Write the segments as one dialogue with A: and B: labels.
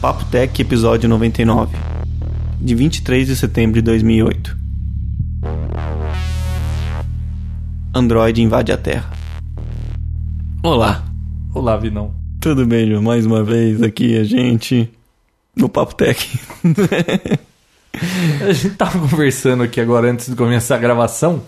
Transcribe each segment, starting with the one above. A: Papo Tech, episódio 99, de 23 de setembro de 2008. Android invade a Terra. Olá,
B: Olá, Vinão.
A: tudo bem, João? Mais uma vez aqui a gente no Papo Tech.
B: A gente tava conversando aqui agora antes de começar a gravação.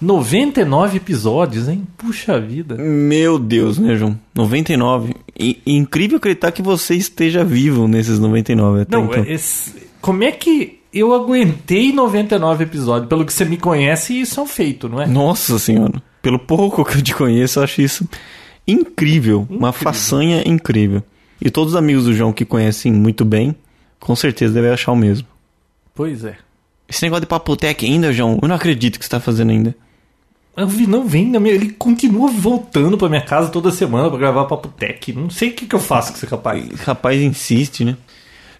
B: 99 episódios, hein? Puxa vida.
A: Meu Deus, né, João? 99. E, e incrível acreditar que você esteja vivo nesses 99 até
B: Não,
A: então.
B: esse- como é que eu aguentei 99 episódios? Pelo que você me conhece, isso é um feito, não é?
A: Nossa senhora, pelo pouco que eu te conheço, eu acho isso incrível, uma façanha incrível. E todos os amigos do João que conhecem muito bem, com certeza devem achar o mesmo.
B: Pois é.
A: Esse negócio de papotec ainda, João, eu não acredito que você tá fazendo ainda.
B: Ah, O Vinão vem na minha. Ele continua voltando pra minha casa toda semana pra gravar Papo Tech. Não sei o que, que eu faço com esse rapaz.
A: Esse rapaz insiste, né?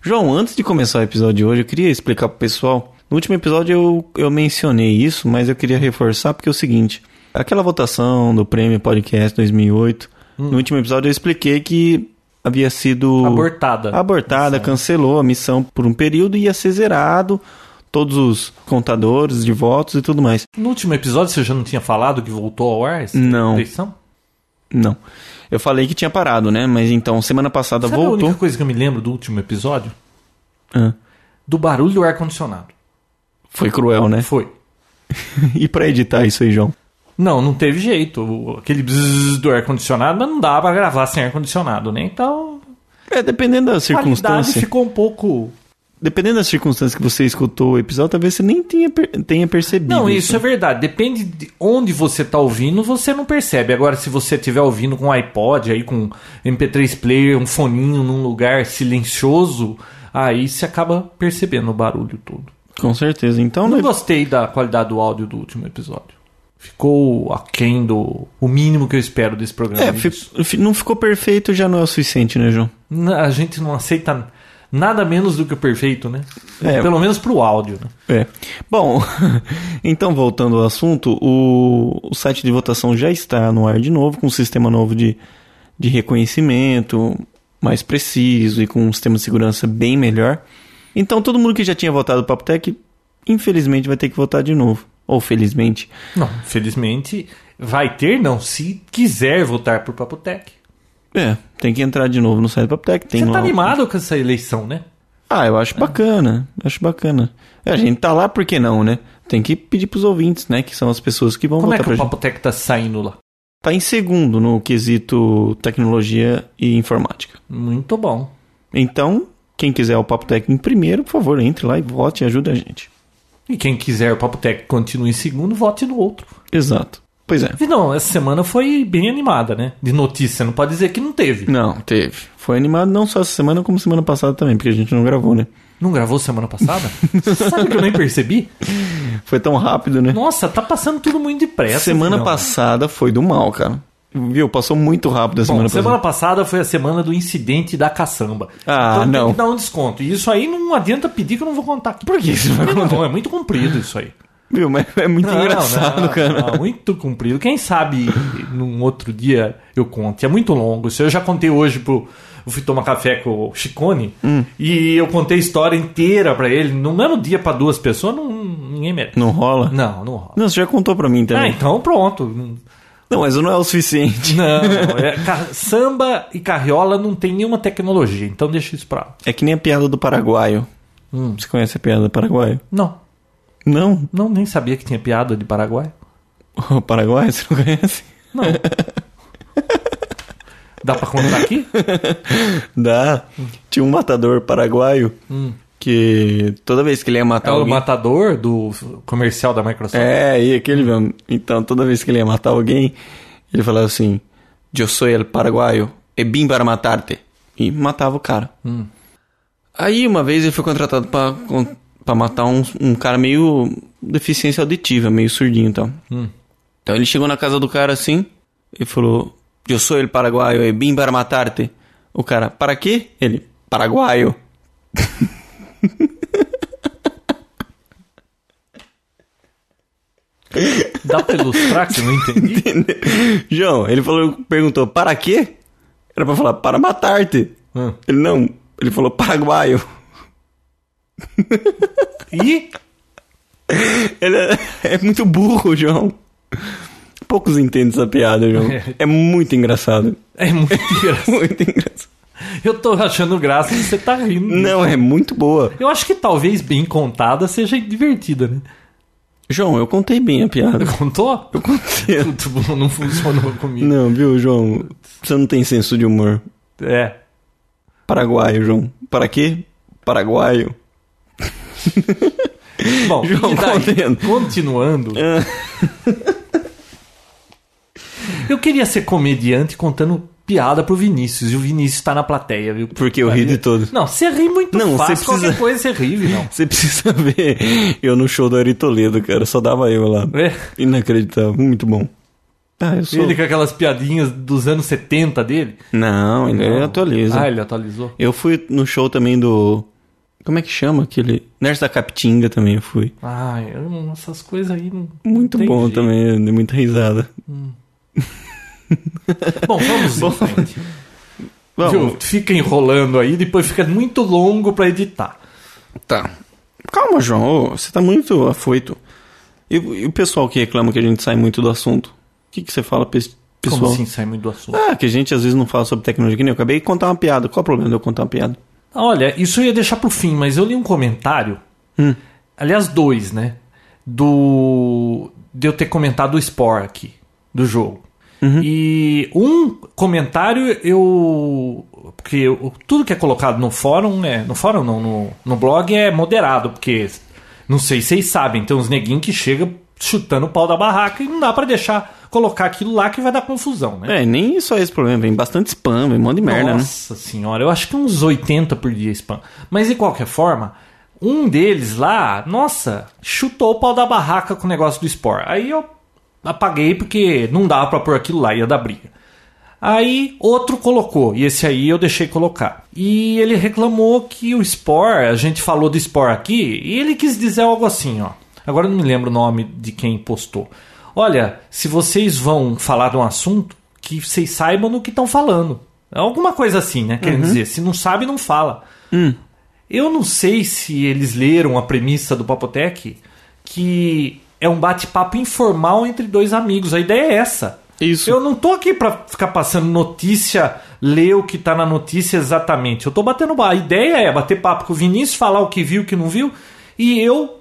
A: João, antes de começar o episódio de hoje, eu queria explicar pro pessoal. No último episódio eu, eu mencionei isso, mas eu queria reforçar porque é o seguinte: aquela votação do prêmio Podcast 2008,
B: Hum.
A: no último episódio eu expliquei que havia sido.
B: Abortada.
A: Abortada, cancelou a missão por um período e ia ser zerado todos os contadores de votos e tudo mais.
B: No último episódio, você já não tinha falado que voltou ao ar? essa
A: Não.
B: Eleição?
A: Não. Eu falei que tinha parado, né? Mas então, semana passada
B: Sabe a
A: voltou.
B: única coisa que eu me lembro do último episódio?
A: Ah,
B: Do barulho do ar-condicionado.
A: foi cruel, né?
B: Foi.
A: e pra editar isso aí, João?
B: Não, não teve jeito. O- Aquele bzzz do ar-condicionado, mas não dá pra gravar sem ar-condicionado, né? Então,
A: É, dependendo da
B: a qualidade
A: circunstância.
B: ficou um pouco.
A: Dependendo da circunstância que você escutou o episódio, talvez você nem tenha, per- tenha percebido.
B: Não, isso é verdade. Depende de onde você tá ouvindo, você não percebe. Agora, se você estiver ouvindo com um iPod, aí com MP3 player, um foninho num lugar silencioso, aí você acaba percebendo o barulho todo.
A: Com certeza. Então,
B: é- Não
A: né,
B: gostei da qualidade do áudio do último episódio. Ficou aquém do. O mínimo que eu espero desse programa.
A: é,
B: é
A: fi-
B: isso.
A: fi- não ficou perfeito, já não é o suficiente, né, João?
B: Na- A gente não aceita nada menos do que o perfeito, né?
A: É.
B: Pelo menos pro áudio, né?
A: É. Bom, então voltando ao assunto, o, o site de votação já está no ar de novo, com um sistema novo de, de reconhecimento mais preciso e com um sistema de segurança bem melhor. Então todo mundo que já tinha votado o Papotec, infelizmente vai ter que votar de novo. Ou felizmente.
B: Não, felizmente vai ter, não, se quiser votar pro Papotec.
A: É, tem que entrar de novo no site do Papotec. Tem
B: Você tá
A: lá o-
B: animado com essa eleição, né?
A: Ah, eu acho bacana. Acho bacana. É, a gente tá lá, por que não, né? Tem que pedir pros ouvintes, né? Que são as pessoas que vão
B: Como é
A: votar
B: que
A: pra
B: o
A: gente.
B: Papotec tá saindo lá?
A: Tá em segundo no quesito tecnologia e informática.
B: Muito bom.
A: Então, quem quiser o Papo Tech em primeiro, por favor, entre lá e vote e ajude a gente.
B: E quem quiser o Papotec continue em segundo, vote no outro.
A: Exato. Pois é.
B: E não, essa semana foi bem animada, né? De notícia, não pode dizer que não teve.
A: Não, teve. Foi animado não só essa semana, como semana passada também, porque a gente não gravou, né?
B: Não gravou semana passada? Sabe que eu nem percebi?
A: Foi tão rápido, né?
B: Nossa, tá passando tudo muito depressa. né?
A: semana
B: Vinão.
A: passada foi do mal, cara. Viu? Passou muito rápido a
B: Bom,
A: semana passada.
B: semana passada foi a semana do incidente da caçamba.
A: Ah,
B: então
A: não.
B: Tem que dar um desconto. E isso aí não adianta pedir que eu não vou contar aqui. Por
A: que isso vai
B: Não, é muito comprido isso aí.
A: Viu? Mas é muito
B: Não,
A: engraçado,
B: não,
A: cara.
B: não, muito comprido. Quem sabe num outro dia eu conte. É muito longo. Isso Eu já contei hoje pro. Eu fui tomar café com o Chicone
A: Hum.
B: e eu contei a história inteira pra ele. No mesmo dia pra duas pessoas, não, ninguém merece.
A: Não rola?
B: Não, não rola.
A: Não, você já contou pra mim
B: Ah,
A: também.
B: então pronto.
A: Não, mas não é o suficiente.
B: Não, não, é, ca- samba e carriola não tem nenhuma tecnologia, então deixa isso pra lá.
A: É que nem a piada do paraguaio. Você conhece a piada do paraguaio?
B: Não,
A: Não.
B: não, nem sabia que tinha piada de Paraguai.
A: O paraguaio, você não conhece?
B: Não. Dá pra contar aqui?
A: Dá. Tinha um matador paraguaio que toda vez que ele ia matar
B: Hum. É o
A: alguém...
B: matador do comercial da Microsoft.
A: É, e aquele mesmo. Então, toda vez que ele ia matar alguém, ele falava assim... Eu sou el paraguaio, e bim para matarte. E matava o cara. Aí uma vez ele foi contratado pra, con- pra matar um, um cara meio deficiência auditiva, meio surdinho e tal. Então ele chegou na casa do cara assim e falou: Eu sou el paraguaio, e bim para matarte. O cara, para quê? Ele, paraguaio.
B: Dá pra ilustrar que eu não entendi?
A: João, ele falou, perguntou, para quê? Era pra falar, para matar-te.
B: Hum.
A: Ele não, ele falou, paraguaio.
B: E
A: Ele é, é muito burro, João. Poucos entendem essa piada, João. É muito engraçado.
B: é muito engraçado.
A: Muito engraçado.
B: Eu tô achando graça e você tá rindo.
A: Não, é muito boa.
B: Eu acho que talvez bem contada seja divertida, né?
A: João, eu contei bem a piada.
B: Contou?
A: Eu contei.
B: Muito bom, não funcionou comigo.
A: Não, viu, João? Você não tem senso de humor.
B: É.
A: Paraguaio, João. Para quê? Paraguaio.
B: Bom,
A: João, Ah.
B: e daí,
A: contendo.
B: continuando. Eu queria ser comediante contando piada pro Vinícius. E o Vinícius tá na plateia, viu?
A: Porque eu ri de todo.
B: Não, você ri muito
A: Não,
B: fácil.
A: você
B: Qualquer
A: precisa-
B: coisa você ri, não.
A: Você precisa ver eu no show do Ari Toledo, cara. Só dava eu lá.
B: É.
A: Inacreditável, muito bom. Ah, eu sou.
B: Ele com aquelas piadinhas dos anos 70 dele.
A: Não, ele
B: Não.
A: É, atualiza.
B: Ah, ele atualizou.
A: Eu fui no show também do. Como é que chama aquele? Nerd da Capitinga também eu fui.
B: Ah, eu não- essas coisas aí não.
A: Muito
B: não tem
A: bom
B: jeito.
A: também, dei muita risada.
B: Bom, vamos em frente.
A: Vamos.
B: Viu? Fica enrolando aí, depois fica muito longo pra editar.
A: Tá. Calma, João. ô, você tá muito afoito. E, e o pessoal que reclama que a gente sai muito do assunto? O que, que você fala, pes- pessoal?
B: Como assim sai muito do assunto?
A: Ah, que a gente às vezes não fala sobre tecnologia. Que nem eu acabei de contar uma piada. Qual o problema de eu contar uma piada?
B: Olha, isso eu ia deixar pro fim, mas eu li um comentário. Aliás, dois, né? Do. De eu ter comentado o Spore aqui, do jogo. E um comentário eu. Porque eu- tudo que é colocado no fórum, é, no fórum não, no, no blog é moderado, porque não sei se vocês sabem, tem uns neguinhos que chega chutando o pau da barraca e não dá pra deixar colocar aquilo lá que vai dar confusão, né?
A: É, nem só esse problema, vem bastante spam, vem um monte de merda, né?
B: Nossa senhora, eu acho que uns 80 por dia spam. Mas de qualquer forma, um deles lá, nossa, chutou o pau da barraca com o negócio do Spore. Aí eu apaguei porque não dava pra pôr aquilo lá, ia dar briga. Aí outro colocou, e esse aí eu deixei colocar. E ele reclamou que o Spore, a gente falou do Spore aqui, e ele quis dizer algo assim, ó. Agora eu não me lembro o nome de quem postou. Olha, se vocês vão falar de um assunto, que vocês saibam do que estão falando. Alguma coisa assim, né? Quer dizer, se não sabe, não fala. Eu não sei se eles leram a premissa do Papotec, que é um bate-papo informal entre dois amigos. A ideia é essa.
A: Isso.
B: Eu não tô aqui pra ficar passando notícia, ler o que tá na notícia exatamente. Eu tô batendo ba- A ideia é bater papo com o Vinícius, falar o que viu, o que não viu. E eu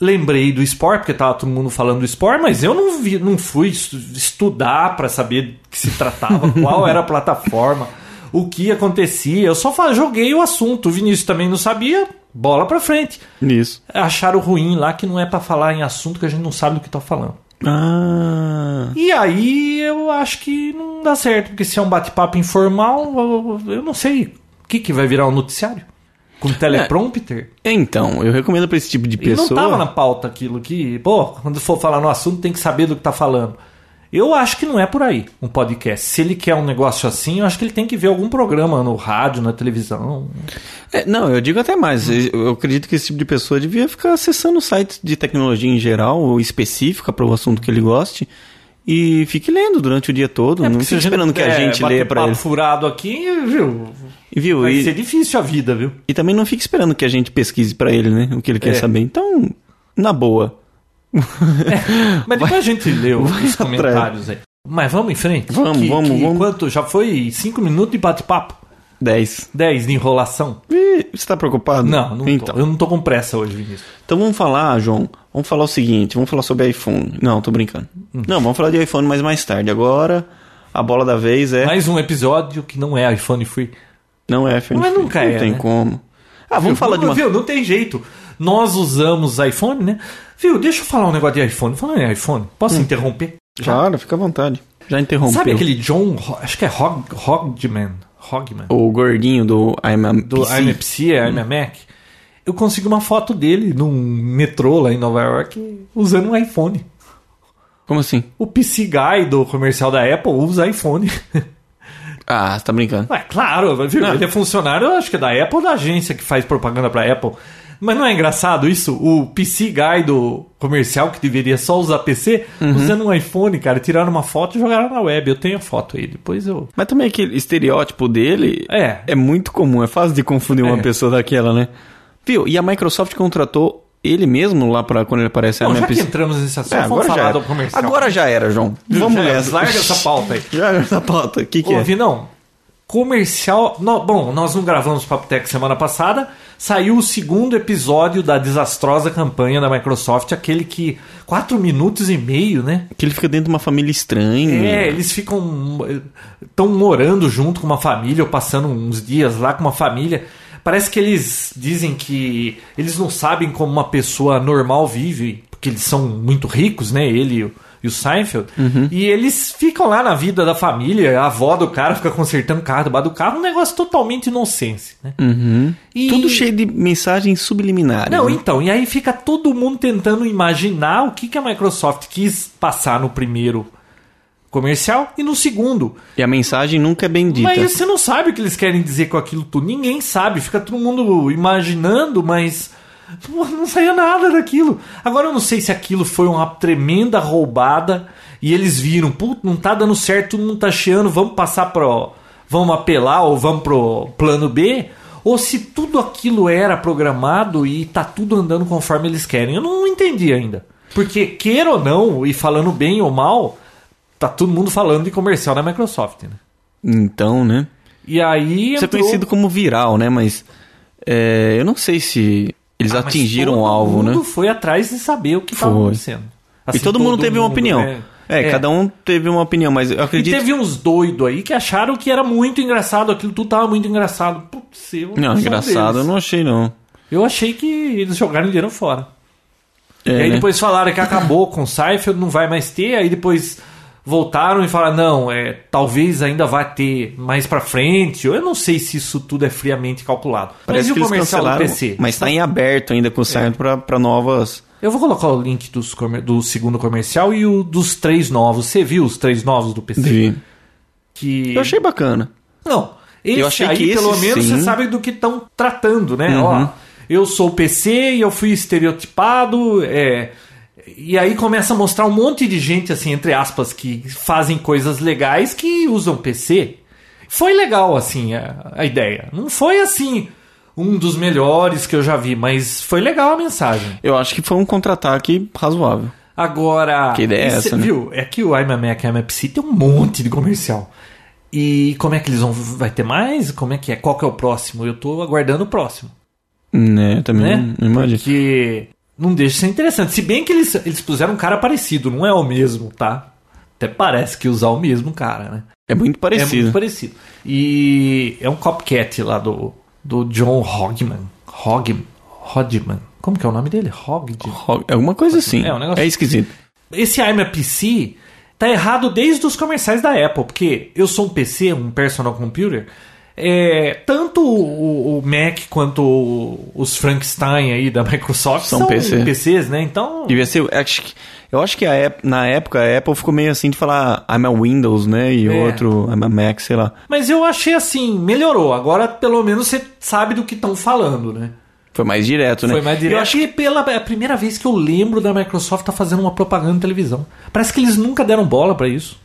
B: lembrei do Sport, porque tava todo mundo falando do Sport, mas eu não vi, não fui estu- estudar pra saber do que se tratava, qual era a plataforma, o que acontecia. Eu só fa- joguei o assunto. O Vinícius também não sabia. Bola pra frente.
A: Isso.
B: Acharam ruim lá que não é pra falar em assunto que a gente não sabe do que tá falando.
A: Ah.
B: E aí eu acho que não dá certo, porque se é um bate-papo informal, eu- eu não sei o que, que vai virar um noticiário. Com um teleprompter?
A: Então, eu recomendo pra esse tipo de
B: E
A: pessoa.
B: não tava na pauta aquilo que, pô, quando for falar no assunto tem que saber do que tá falando. Eu acho que não é por aí um podcast. Se ele quer um negócio assim, eu acho que ele tem que ver algum programa no rádio, na televisão.
A: É, não, eu digo até mais. Eu eu acredito que esse tipo de pessoa devia ficar acessando sites de tecnologia em geral, ou específica para o assunto que ele goste, e fique lendo durante o dia todo. não
B: É, porque se
A: fique
B: a gente
A: É, esperando que a
B: quer
A: gente
B: bater
A: leia para
B: papo
A: ele.
B: furado aqui, viu?
A: E Viu?
B: Vai
A: E,
B: ser difícil a vida, viu?
A: e também não fique esperando que a gente pesquise para ele, né? O que ele quer
B: É.
A: saber. Então, na boa.
B: Mas depois a gente lê os comentários aí. Mas vamos em frente?
A: Vamos,
B: que,
A: vamos,
B: que
A: vamos.
B: Quanto? Já foi 5 minutos de bate-papo?
A: 10.
B: 10 de enrolação?
A: Ih, Você tá preocupado?
B: Não, não
A: então.
B: tô. Eu não tô com pressa hoje, Vinícius.
A: Então vamos falar, João. Vamos falar o seguinte, vamos falar sobre iPhone. Não, tô brincando.
B: Hum.
A: Não, vamos falar de iPhone mas mais tarde. Agora, a bola da vez é.
B: Mais um episódio que não é iPhone Free.
A: Não é iPhone.
B: Mas
A: free.
B: nunca
A: não
B: é,
A: tem
B: né?
A: como. Ah, vamos
B: Viu?
A: falar de
B: não,
A: uma.
B: Viu? Não tem jeito. Nós usamos
A: Hum.
B: iPhone, né? Viu? Deixa eu falar um negócio de iPhone. Falando em iPhone, posso interromper?
A: Claro, fica à vontade. já interrompeu.
B: Sabe aquele John, Ho- acho que é Hog, Hogman, Hogman,
A: O gordinho do I'm a
B: do
A: PC.
B: IMPC, é IMAC?
A: Hum.
B: Eu consegui uma foto dele num metrô lá em Nova York usando um iPhone.
A: Como assim?
B: O PC Guy do comercial da Apple usa iPhone.
A: Ah, você tá brincando.
B: É claro, viu?
A: Não.
B: ele é funcionário, eu acho que é da Apple ou da agência que faz propaganda pra Apple. Mas não é engraçado isso? O PC Guy do comercial, que deveria só usar PC,
A: Uhum.
B: usando um iPhone, cara, tiraram uma foto e jogaram na web. Eu tenho a foto aí, depois eu.
A: Mas também aquele estereótipo dele
B: É.
A: é muito comum, é fácil de confundir uma
B: É.
A: pessoa daquela, né? Viu? E a Microsoft contratou ele mesmo lá para quando ele aparece
B: Bom,
A: a
B: já que
A: MPC.
B: entramos nesse assunto,
A: É,
B: vamos
A: agora já
B: falar
A: era.
B: do comercial.
A: Agora já era, João. Vamos
B: Já-
A: nessa.
B: Larga essa pauta aí.
A: Já era essa pauta. O que, que
B: Ô,
A: é?
B: Vinão, comercial. nó- bom, nós não gravamos Papo Tech semana passada. Saiu o segundo episódio da desastrosa campanha da Microsoft, aquele que. quatro minutos e meio, né?
A: Que ele fica dentro de uma família estranha.
B: É, eles ficam. estão morando junto com uma família, ou passando uns dias lá com uma família. Parece que eles dizem que eles não sabem como uma pessoa normal vive, porque eles são muito ricos, né? Ele e o, e o Seinfeld. E eles ficam lá na vida da família, a avó do cara fica consertando o carro debaixo do carro, um negócio totalmente inocência, né? E-
A: Tudo cheio de mensagens subliminares.
B: não,
A: né?
B: então, e aí fica todo mundo tentando imaginar o que, que a Microsoft quis passar no primeiro comercial e no segundo.
A: E a mensagem nunca é bendita.
B: Mas você não sabe o que eles querem dizer com aquilo tudo. Ninguém sabe, fica todo mundo imaginando, mas pô, não saía nada daquilo. Agora eu não sei se aquilo foi uma tremenda roubada e eles viram, putz, não tá dando certo, todo mundo tá chiando, vamos passar pro. Vamos apelar ou vamos pro plano B. Ou se tudo aquilo era programado e tá tudo andando conforme eles querem. Eu não entendi ainda. Porque, queira ou não, e falando bem ou mal, tá todo mundo falando de comercial da Microsoft, né?
A: Então, né?
B: E aí.
A: Isso é
B: entrou-
A: conhecido como viral, né? Mas é, eu não sei se eles
B: Ah, mas
A: atingiram o
B: todo
A: alvo, né?
B: mundo foi atrás de saber o que estava
A: Foi.
B: acontecendo. Assim,
A: e todo, mundo teve uma opinião.
B: né?
A: É, cada um teve uma opinião, mas eu
B: E
A: acredito.
B: teve um uns doidos aí que acharam que era muito engraçado, aquilo tudo tava muito engraçado. Putz, eu
A: Não,
B: sou
A: engraçado, eu
B: deles.
A: não achei, não.
B: Eu achei que eles jogaram dinheiro fora.
A: É,
B: e aí
A: né?
B: depois falaram que acabou com o Seinfeld, não vai mais ter. Aí depois voltaram e falaram, não, é, talvez ainda vá ter mais pra frente. Eu não sei se isso tudo é friamente calculado.
A: Parece
B: mas e
A: que
B: o
A: eles
B: comercial do É.
A: cancelaram,
B: PC?
A: mas tá em aberto ainda com o site pra, pra novas.
B: Eu vou colocar o link dos comer- do segundo comercial e o dos três novos. Você viu os três novos do PC?
A: de-
B: Que...
A: Eu achei bacana.
B: Não. Esse
A: Eu achei
B: aí,
A: que
B: pelo
A: esse
B: menos,
A: sim.
B: você sabe do que estão tratando, né?
A: Uhum.
B: Ó, eu sou PC e eu fui estereotipado, é... E aí começa a mostrar um monte de gente, assim, entre aspas, que fazem coisas legais que usam PC. Foi legal, assim, a, a ideia. Não foi, assim, um dos melhores que eu já vi, mas foi legal a mensagem.
A: Eu acho que foi um contra-ataque razoável.
B: Agora.
A: Que ideia é
B: e cê
A: essa, né?
B: Viu? É que o I'm a Mac, I'm a PC tem um monte de comercial. E como é que eles vão. Vai ter mais? Como é que é? Qual que é o próximo? Eu tô aguardando o próximo.
A: Né, eu também
B: Né?
A: não imagino.
B: Porque. Não deixa de ser interessante. Se bem que eles, eles puseram um cara parecido, não é o mesmo, tá? Até parece que usar o mesmo cara, né?
A: É muito
B: É
A: parecido.
B: muito parecido. E é um copycat lá do, do John Hogman. Hogman. Hodgman. Como que é o nome dele? Hogman.
A: Ro- Alguma coisa assim.
B: É, um negócio-
A: é esquisito.
B: Esse I'm a PC tá errado desde os comerciais da Apple, porque eu sou um PC, um personal computer. É, tanto o, o Mac quanto o- os Frankenstein aí da Microsoft
A: São
B: são,
A: PC.
B: PCs, né? Então.
A: Devia ser. Acho que, eu acho que a, Ap- na época a Apple ficou meio assim de falar I'm a Windows, né? E o
B: É.
A: outro I'm a Mac, sei lá.
B: Mas eu achei assim, melhorou. Agora pelo menos você sabe do que estão falando, né?
A: Foi mais direto, né?
B: Foi mais direto. Eu acho que pela é a primeira vez que eu lembro da Microsoft tá fazendo uma propaganda na televisão. Parece que eles nunca deram bola pra isso.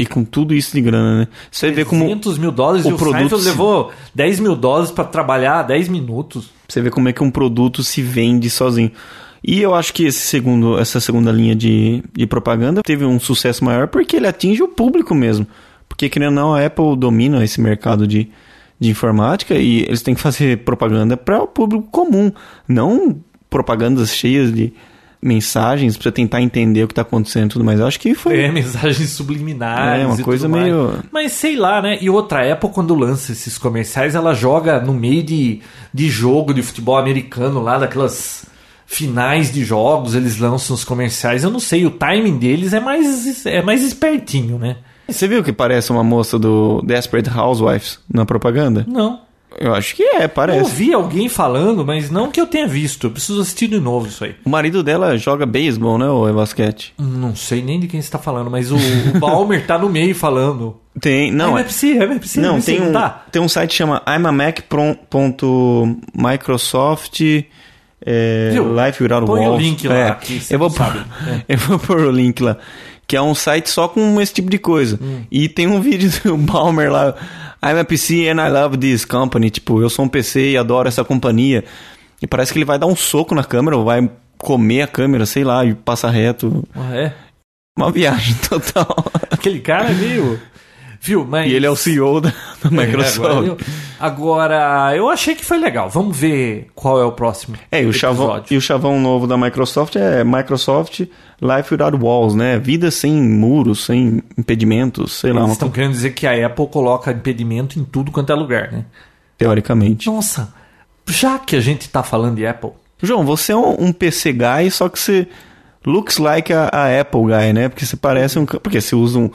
A: E com tudo isso de grana, né? Você vê como,
B: 500 mil dólares
A: o
B: e o
A: produto
B: Seinfeld
A: se-
B: levou 10 mil dólares pra trabalhar 10 minutos.
A: você vê como é que um produto se vende sozinho. E eu acho que esse segundo, essa segunda linha de, de propaganda teve um sucesso maior porque ele atinge o público mesmo. Porque, querendo ou não, a Apple domina esse mercado de, de informática e eles têm que fazer propaganda para o público comum, não propagandas cheias de mensagens para tentar entender o que está acontecendo e tudo mais. Eu acho que foi.
B: É, mensagens subliminares.
A: Hum. É, uma
B: e
A: coisa
B: tudo mais.
A: meio-
B: Mas sei lá, né? E outra Apple, quando lança esses comerciais, ela joga no meio de, de jogo de futebol americano lá, daquelas finais de jogos, eles lançam os comerciais. Eu não sei, o timing deles é mais, é mais espertinho, né?
A: Você viu que parece uma moça do Desperate Housewives na propaganda?
B: Não.
A: Eu acho que é,
B: Eu
A: parece.
B: ouvi alguém falando, mas não que eu tenha visto. Eu preciso assistir de novo isso aí.
A: O marido dela joga beisebol, né? Ou é basquete?
B: Não sei nem de quem você tá falando, mas o, o Balmer tá no meio falando.
A: Tem. Não,
B: é,
A: é,
B: possível, é possível.
A: não tem, um,
B: Tá.
A: tem um site que chama imamac.microsoft. É,
B: Viu?
A: Life Without
B: Põe o
A: Walls.
B: link lá,
A: É,
B: que você
A: eu, vou
B: sabe.
A: pôr, eu vou pôr o link lá. Que é um site só com esse tipo de coisa. E tem um vídeo do Balmer lá. I'm a PC and I love this company. Tipo, eu sou um PC e adoro essa companhia. E parece que ele vai dar um soco na câmera, ou vai comer a câmera, sei lá, e passa reto.
B: Ah, é.
A: Uma viagem total.
B: Aquele cara é meio. Viu, mas.
A: E ele é o CEO da, da
B: É, agora,
A: Microsoft.
B: eu, agora, eu achei que foi legal. Vamos ver qual é o próximo.
A: É, e o, chavão, e
B: episódio.
A: o chavão novo da Microsoft é Microsoft Life Without Walls, né? Vida sem muros, sem impedimentos, sei lá,
B: Eles
A: uma
B: estão querendo dizer que a Apple coloca impedimento em tudo quanto é lugar, né?
A: co- teoricamente.
B: Nossa, já que a gente tá falando de Apple,
A: João, você é um, um PC guy, só que você looks like a, a Apple guy, né? Porque você parece um... ca- Porque você usa um,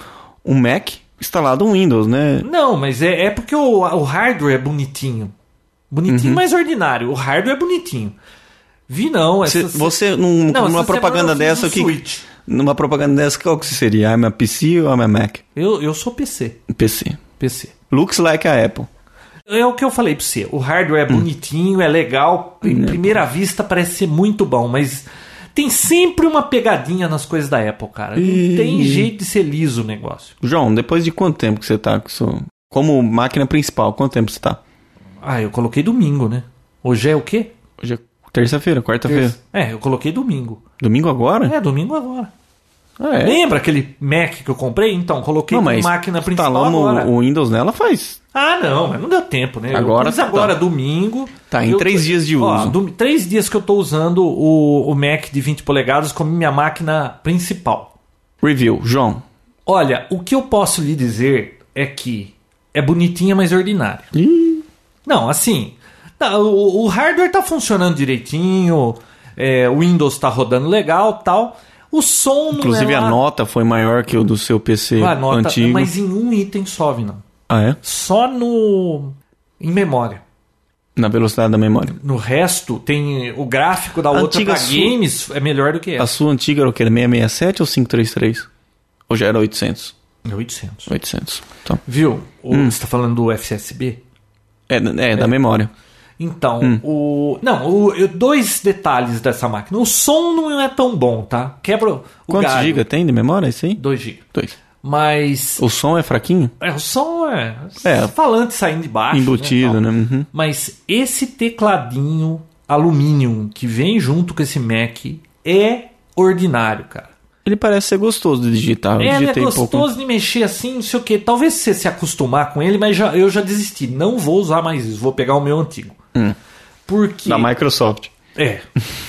A: um Mac instalado um Windows, né?
B: Não, mas é, é porque o, o hardware é bonitinho. Bonitinho,
A: Uhum.
B: mas ordinário. O hardware é bonitinho. Vi não,
A: Você,
B: essa se-
A: você num-
B: Não,
A: numa
B: essa
A: propaganda
B: semana eu fiz
A: dessa,
B: um
A: o que,
B: Switch.
A: numa propaganda dessa, qual que seria? I'm a PC ou I'm a Mac?
B: Eu, eu sou PC.
A: PC.
B: PC.
A: Looks like a Apple.
B: É o que eu falei pra você. O hardware é bonitinho, é legal. Em primeira vista parece ser muito bom, mas tem sempre uma pegadinha nas coisas da Apple, cara. Não tem jeito de ser liso o negócio.
A: João, depois de quanto tempo que você tá com isso? Como máquina principal, quanto tempo você tá?
B: Ah, eu coloquei domingo, né? Hoje é o quê?
A: Hoje é terça-feira, quarta-feira.
B: É, eu coloquei domingo.
A: Domingo agora?
B: É, domingo agora.
A: Ah, é.
B: Lembra aquele Mac que eu comprei? Então, coloquei
A: Não,
B: como
A: mas tá
B: máquina principal
A: instalamos
B: agora.
A: o Windows nela faz.
B: Ah, não, mas não deu tempo, né? Eu
A: Agora
B: pus
A: tá.
B: agora, domingo.
A: Tá, em
B: Eu-
A: três dias de
B: Ó,
A: uso.
B: do- Três dias que eu tô usando o, o Mac de 20 polegadas como minha máquina principal.
A: Review, João.
B: Olha, o que eu posso lhe dizer é que é bonitinha, mas ordinária. Não, assim, tá, o, o hardware tá funcionando direitinho, é, o Windows tá rodando legal tal. O som
A: Inclusive
B: não é
A: a
B: lá-
A: nota foi maior que o do seu PC
B: a nota,
A: antigo.
B: mas em um item só, não.
A: Ah, é?
B: só no em memória.
A: Na velocidade da memória.
B: No resto, tem o gráfico da outra
A: Antiga
B: pra
A: sua-
B: games é melhor do que
A: A
B: essa.
A: sua antiga era o quê? 667 ou 533? Ou já era 800?
B: 800.
A: 800. Tá.
B: Viu? O- Você tá falando do FSB?
A: É, é, da memória.
B: Então,
A: Hum.
B: o. Não, o, eu- dois detalhes dessa máquina. O som não é tão bom, tá? Quebra o.
A: Quantos
B: galho.
A: giga tem de memória isso aí?
B: 2 GB.
A: Dois.
B: Mas.
A: O som é fraquinho?
B: é, o som é.
A: É.
B: Falante saindo de baixo.
A: Embutido,
B: tal.
A: né? Uhum.
B: Mas esse tecladinho alumínio que vem junto com esse Mac é ordinário, cara.
A: Ele parece ser gostoso de digitar. Eu
B: É, ele é
A: digitei
B: gostoso
A: um pouco.
B: de mexer assim, não sei o que. Talvez você se acostumar com ele, mas já, eu já desisti. Não vou usar mais isso. Vou pegar o meu antigo. Porque.
A: Da Microsoft.
B: É.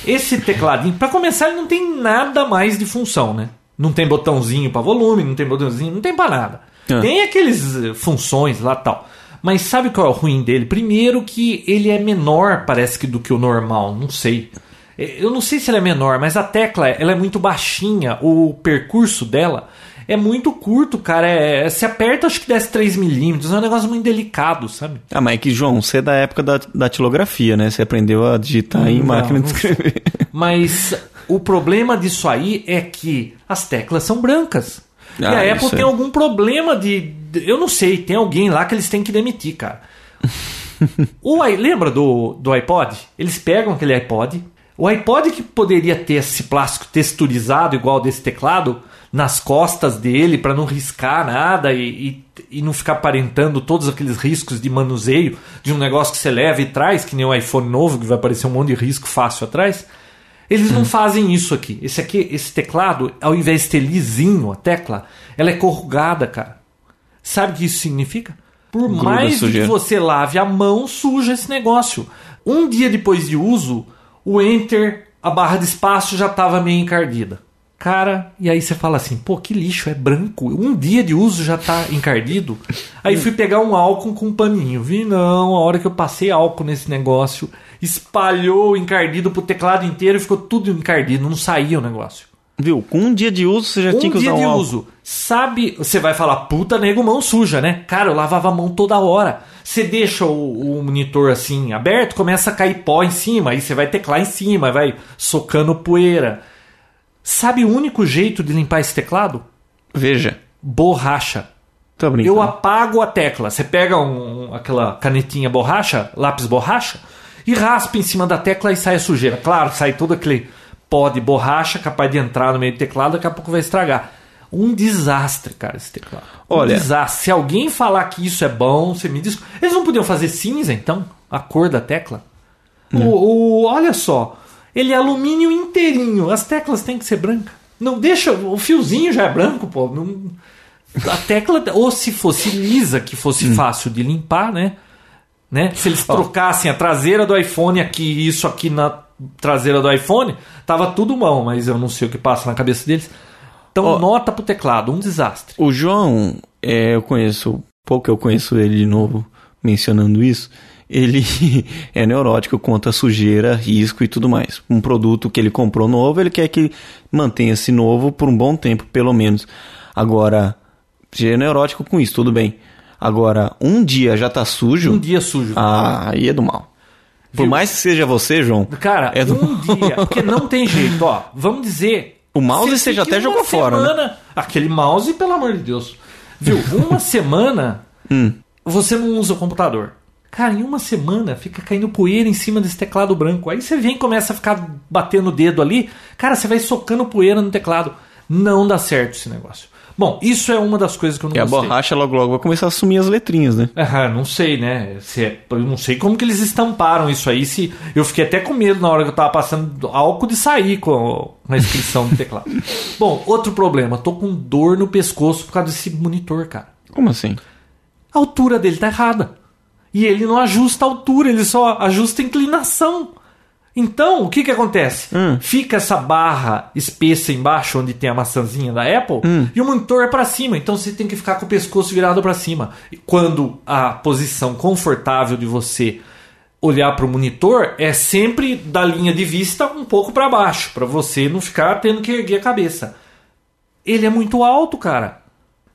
B: Esse tecladinho, pra começar, ele não tem nada mais de função, né? Não tem botãozinho pra volume, não tem botãozinho, não tem pra nada.
A: Ah.
B: Tem aqueles eh, funções lá tal. Mas sabe qual é o ruim dele? Primeiro que ele é menor, parece que do que o normal, não sei. Eh, Eu não sei se ele é menor, mas a tecla ela é muito baixinha, o percurso dela é muito curto, cara. É, se aperta, acho que desce 3 milímetros, é um negócio muito delicado, sabe?
A: Ah, mas é que, João, você é da época da datilografia, né? Você aprendeu a digitar em
B: Não,
A: máquina de
B: não
A: escrever.
B: Mas o problema disso aí é que as teclas são brancas. e
A: Ah,
B: a
A: isso
B: Apple tem
A: é.
B: algum problema de, de- Eu não sei, tem alguém lá que eles têm que demitir, cara. o, i- lembra do, do iPod? Eles pegam aquele iPod. O iPod que poderia ter esse plástico texturizado igual desse teclado nas costas dele para não riscar nada e, e, e não ficar aparentando todos aqueles riscos de manuseio de um negócio que você leva e traz, que nem o iPhone novo que vai aparecer um monte de risco fácil atrás. Eles não fazem isso aqui. Esse aqui, esse teclado, ao invés de ter lisinho a tecla, ela é corrugada, cara. Sabe o que isso significa? Por
A: Gruda
B: mais que
A: sujeira.
B: você lave a mão, suja esse negócio. Um dia depois de uso, o enter, a barra de espaço já estava meio encardida. Cara, e aí você fala assim, pô, que lixo, é branco. Um dia de uso já tá encardido. Aí fui pegar um álcool com um paninho. Vi, não, a hora que eu passei álcool nesse negócio, espalhou o encardido pro teclado inteiro e ficou tudo encardido, não saía o negócio.
A: Viu? Com um dia de uso você já
B: um
A: tinha que usar
B: dia
A: um
B: de
A: álcool.
B: uso. Sabe, você vai falar, puta nego, mão suja, né? Cara, eu lavava a mão toda hora. Você deixa o, o monitor assim aberto, começa a cair pó em cima, aí você vai teclar em cima, vai socando poeira. Sabe o único jeito de limpar esse teclado?
A: Veja.
B: Borracha.
A: Tá brincando.
B: Eu apago a tecla. Você pega um- aquela canetinha borracha, lápis borracha, e raspa em cima da tecla e sai a sujeira. Claro, sai todo aquele pó de borracha capaz de entrar no meio do teclado, daqui a pouco vai estragar. Um desastre, cara, esse teclado. Um
A: Olha-
B: desastre. Se alguém falar que isso é bom, você me diz. Eles não podiam fazer cinza, então? A cor da tecla? O, o- olha só. Ele é alumínio inteirinho. As teclas têm que ser branca. Não deixa. O fiozinho já é branco, pô. Não, a tecla. Ou se fosse lisa, que fosse
A: Hum.
B: fácil de limpar, né? né? Se eles trocassem a traseira do iPhone aqui e isso aqui na traseira do iPhone, tava tudo bom, mas eu não sei o que passa na cabeça deles. Então,
A: Ó.
B: nota pro teclado, um desastre.
A: O João, é, eu conheço, pouco eu conheço ele de novo, mencionando isso. Ele é neurótico quanto a sujeira, risco e tudo mais. Um produto que ele comprou novo, ele quer que mantenha-se novo por um bom tempo, pelo menos. Agora, já é neurótico com isso, tudo bem. Agora, um dia já tá sujo,
B: Um dia sujo.
A: ah, aí é do mal. Por
B: Viu?
A: mais que seja você, João,
B: Cara,
A: é do
B: um dia, porque não tem jeito, ó. Vamos dizer.
A: O mouse você
B: fica
A: já até
B: uma
A: jogou fora, né?
B: semana- Aquele mouse, pelo amor de Deus. Viu? Uma semana
A: Hum.
B: você não usa o computador. Cara, em uma semana fica caindo poeira em cima desse teclado branco. Aí você vem e começa a ficar batendo o dedo ali. Cara, você vai socando poeira no teclado. Não dá certo esse negócio. Bom, isso é uma das coisas que eu não
A: E a
B: gostei.
A: borracha logo logo vai começar a sumir as letrinhas, né?
B: Ah, não sei, né? Se é- eu não sei como que eles estamparam isso aí. Se eu fiquei até com medo na hora que eu tava passando álcool de sair com a inscrição do teclado. Bom, outro problema. Tô com dor no pescoço por causa desse monitor, cara.
A: Como assim?
B: A altura dele tá errada. E ele não ajusta a altura, ele só ajusta a inclinação. Então, o que que acontece?
A: Hum.
B: Fica essa barra espessa embaixo, onde tem a maçãzinha da Apple, e o monitor é pra cima. Então, você tem que ficar com o pescoço virado pra cima. E Quando a posição confortável de você olhar pro monitor é sempre da linha de vista um pouco pra baixo, pra você não ficar tendo que erguer a cabeça. Ele é muito alto, cara.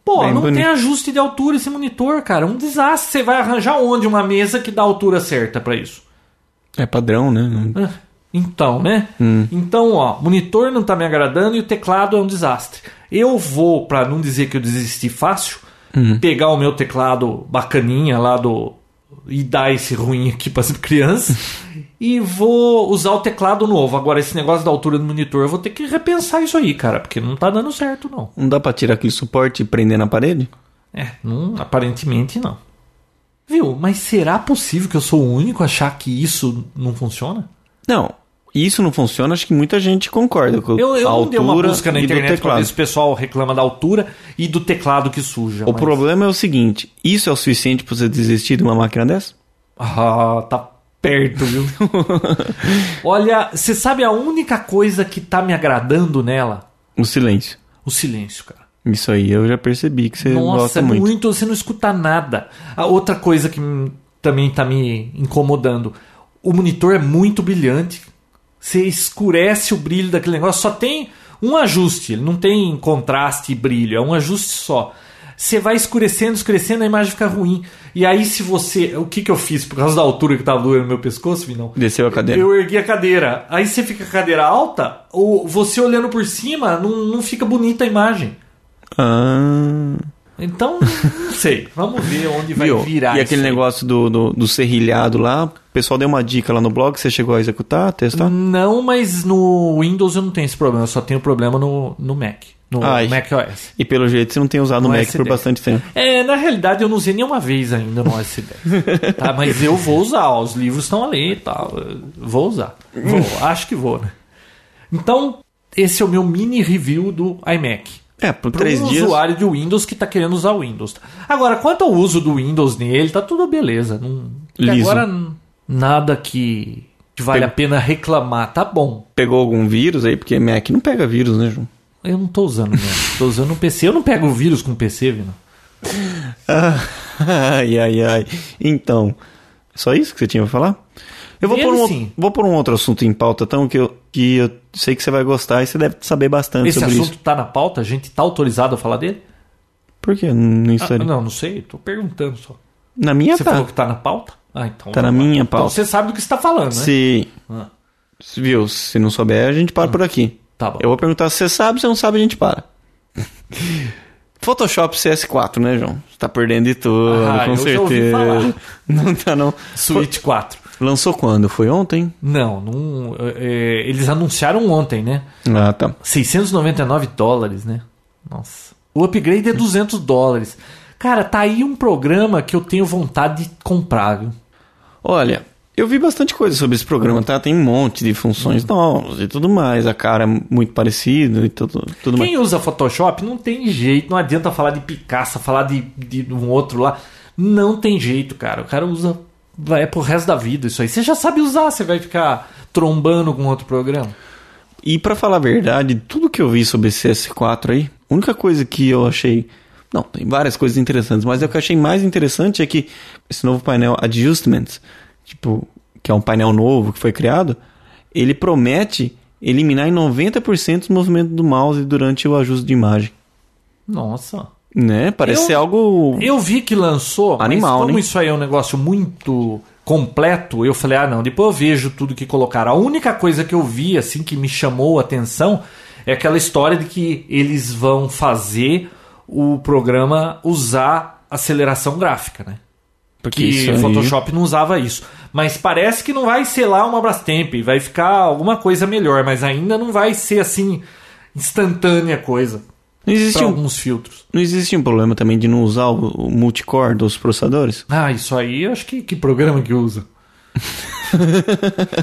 B: Pô,
A: Bem
B: não
A: bonito.
B: tem ajuste de altura esse monitor, cara. Um desastre. Você vai arranjar onde uma mesa que dá a altura certa pra isso?
A: É padrão, né? Não-
B: Ah, Então, né?
A: Hum.
B: Então, ó, monitor não tá me agradando e o teclado é um desastre. Eu vou, pra não dizer que eu desisti fácil,
A: Hum.
B: pegar o meu teclado bacaninha lá do. e dar esse ruim aqui pras crianças. e vou usar o teclado novo. Agora, esse negócio da altura do monitor, eu vou ter que repensar isso aí, cara, porque não tá dando certo, não.
A: Não dá pra tirar aquele suporte e prender na parede?
B: É, não, aparentemente não. Viu? Mas será possível que eu sou o único a achar que isso não funciona?
A: Não. Isso não funciona, acho que muita gente concorda com
B: Eu, eu
A: a
B: não dei
A: altura
B: uma busca na
A: e do
B: internet pra ver
A: teclado.
B: se o pessoal reclama da altura e do teclado que suja.
A: O
B: mas-
A: problema é o seguinte, isso é o suficiente pra você desistir de uma máquina dessa?
B: Ah, tá perto, viu? Olha, você sabe a única coisa que tá me agradando nela?
A: O Um silêncio.
B: O silêncio, cara.
A: Isso aí eu já percebi que você
B: Nossa,
A: gosta
B: é
A: muito.
B: muito. você não escuta nada. A outra coisa que hum, também tá me incomodando, o monitor é muito brilhante. Você escurece o brilho daquele negócio, só tem um ajuste, ele não tem contraste e brilho, é um ajuste só. Você vai escurecendo, escurecendo, a imagem fica ruim. E aí se você, o que que eu fiz por causa da altura que tava doendo no meu pescoço, Vinão?
A: Desceu a cadeira.
B: Eu ergui a cadeira. Aí você fica com a cadeira alta, ou você olhando por cima, não, não fica bonita a imagem.
A: Ah,
B: Então, não sei. Vamos ver onde vai
A: viu?
B: virar
A: e
B: isso
A: aquele
B: aí.
A: negócio do, do, do serrilhado lá, o pessoal deu uma dica lá no blog, você chegou a executar, testar?
B: Não, mas no Windows eu não tenho esse problema. Eu só tenho problema no, no Mac. No
A: Ai.
B: Mac OS.
A: E pelo jeito você não tem usado o
B: No
A: Mac por
B: SD.
A: bastante tempo.
B: É, na realidade eu não usei nenhuma vez ainda no OS 10. tá, mas eu vou usar. ó, os livros estão ali e tal. eu Vou usar. Vou, acho que vou, né? Então, esse é o meu mini review do iMac.
A: É, por
B: Para
A: três
B: um
A: dias...
B: usuário de Windows que está querendo usar o Windows. tá? Agora, quanto ao uso do Windows nele, tá tudo beleza. Não, até
A: Liso.
B: agora n- nada que, que vale
A: Pegou.
B: a pena reclamar. Tá bom.
A: Pegou algum vírus aí? Porque Mac não pega vírus, né, João?
B: Eu não tô usando mesmo. tô usando um PC. Eu não pego o vírus com PC, Vino.
A: Ah, ai, ai, ai. Então, só isso que você tinha pra falar? Eu vou
B: Dele,
A: pôr, um,
B: sim.
A: vou pôr um outro assunto em pauta, então, que eu, que eu sei que você vai gostar e você deve saber bastante
B: Esse
A: sobre
B: assunto
A: isso.
B: tá na pauta? A gente tá autorizado a falar dele?
A: Por quê? Não
B: Ah,
A: estaria.
B: não, não sei. Tô perguntando só.
A: Na minha
B: Você
A: tá.
B: falou que tá na pauta? Ah, então.
A: Tá na minha pauta.
B: Então você sabe do que você tá falando, né?
A: Se.
B: Ah.
A: se- Viu? Se não souber, a gente para por aqui.
B: Tá bom.
A: Eu vou perguntar se você sabe, se não sabe, a gente para. Photoshop CS4, né, João? Você tá perdendo de tudo,
B: Ah,
A: com
B: eu já ouvi
A: certeza.
B: falar.
A: Não tá, não.
B: Switch 4.
A: Lançou quando? Foi ontem?
B: Não, não é, eles anunciaram ontem, né?
A: Ah, tá.
B: 699 dólares, né? Nossa. O upgrade é 200 dólares. Cara, tá aí um programa que eu tenho vontade de comprar, viu?
A: Olha, eu vi bastante coisa sobre esse programa, tá? Tem um monte de
B: Hum.
A: funções novas e tudo mais. A cara é muito parecida e tudo, tudo mais.
B: Quem usa Photoshop não tem jeito, não adianta falar de Picasso, falar de, de um outro lá. Não tem jeito, cara. O cara usa. É pro resto da vida isso aí. Você já sabe usar, você vai ficar trombando com outro programa.
A: E pra falar a verdade, tudo que eu vi sobre esse CS4 aí, a única coisa que eu achei. Não, tem várias coisas interessantes, mas o que eu achei mais interessante é que esse novo painel Adjustments, tipo, que é um painel novo que foi criado, ele promete eliminar em 90% os movimentos do mouse durante o ajuste de imagem.
B: Nossa.
A: Né? Parece
B: Eu-
A: ser algo.
B: Eu vi que lançou, mas
A: Animal,
B: como
A: né?
B: isso aí é um negócio muito completo, eu falei, ah não, depois eu vejo tudo que colocaram. A única coisa que eu vi, assim, que me chamou a atenção é aquela história de que eles vão fazer o programa usar aceleração gráfica, né?
A: Porque
B: Que
A: isso aí-
B: o Photoshop não usava isso. Mas parece que não vai ser lá uma Brastemp, vai ficar alguma coisa melhor, mas ainda não vai ser assim instantânea a coisa.
A: Não existe
B: Existem
A: um
B: alguns filtros.
A: Não existe um problema também de não usar o, o multicore dos processadores?
B: Ah, isso aí eu acho que que programa que usa.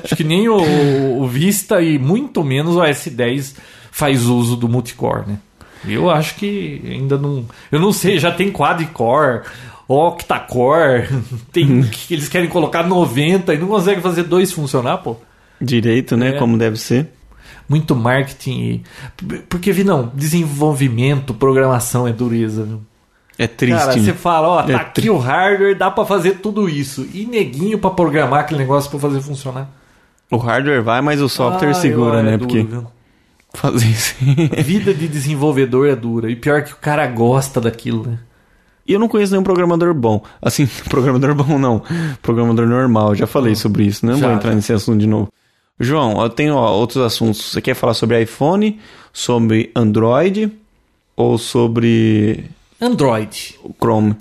B: acho que nem o, o Vista e muito menos o S10 faz uso do multicore, né? Eu acho que ainda não. Eu não sei, já tem quadricore, octacore, tem que eles querem colocar 90 e não conseguem fazer dois funcionar, pô.
A: Direito, né?
B: É.
A: Como deve ser.
B: Muito marketing e. Porque, vi não, desenvolvimento, programação é dureza, viu?
A: É triste.
B: Cara,
A: né?
B: você fala, ó, tá
A: É
B: aqui
A: tri-
B: o hardware, dá pra fazer tudo isso. E neguinho pra programar aquele negócio pra fazer funcionar.
A: O hardware vai, mas o software
B: Ai,
A: segura,
B: olha,
A: né?
B: é duro,
A: Porque
B: viu?
A: fazer isso.
B: Vida de desenvolvedor é dura. E pior que o cara gosta daquilo, né?
A: E eu não conheço nenhum programador bom. Assim, programador bom não. Programador normal. Eu Já falei sobre isso, né? Não
B: Ah. Já,
A: vou entrar
B: já.
A: nesse assunto de novo. João, eu tenho ó, outros assuntos. Você quer falar sobre iPhone, sobre Android ou sobre
B: Android.
A: o Chrome?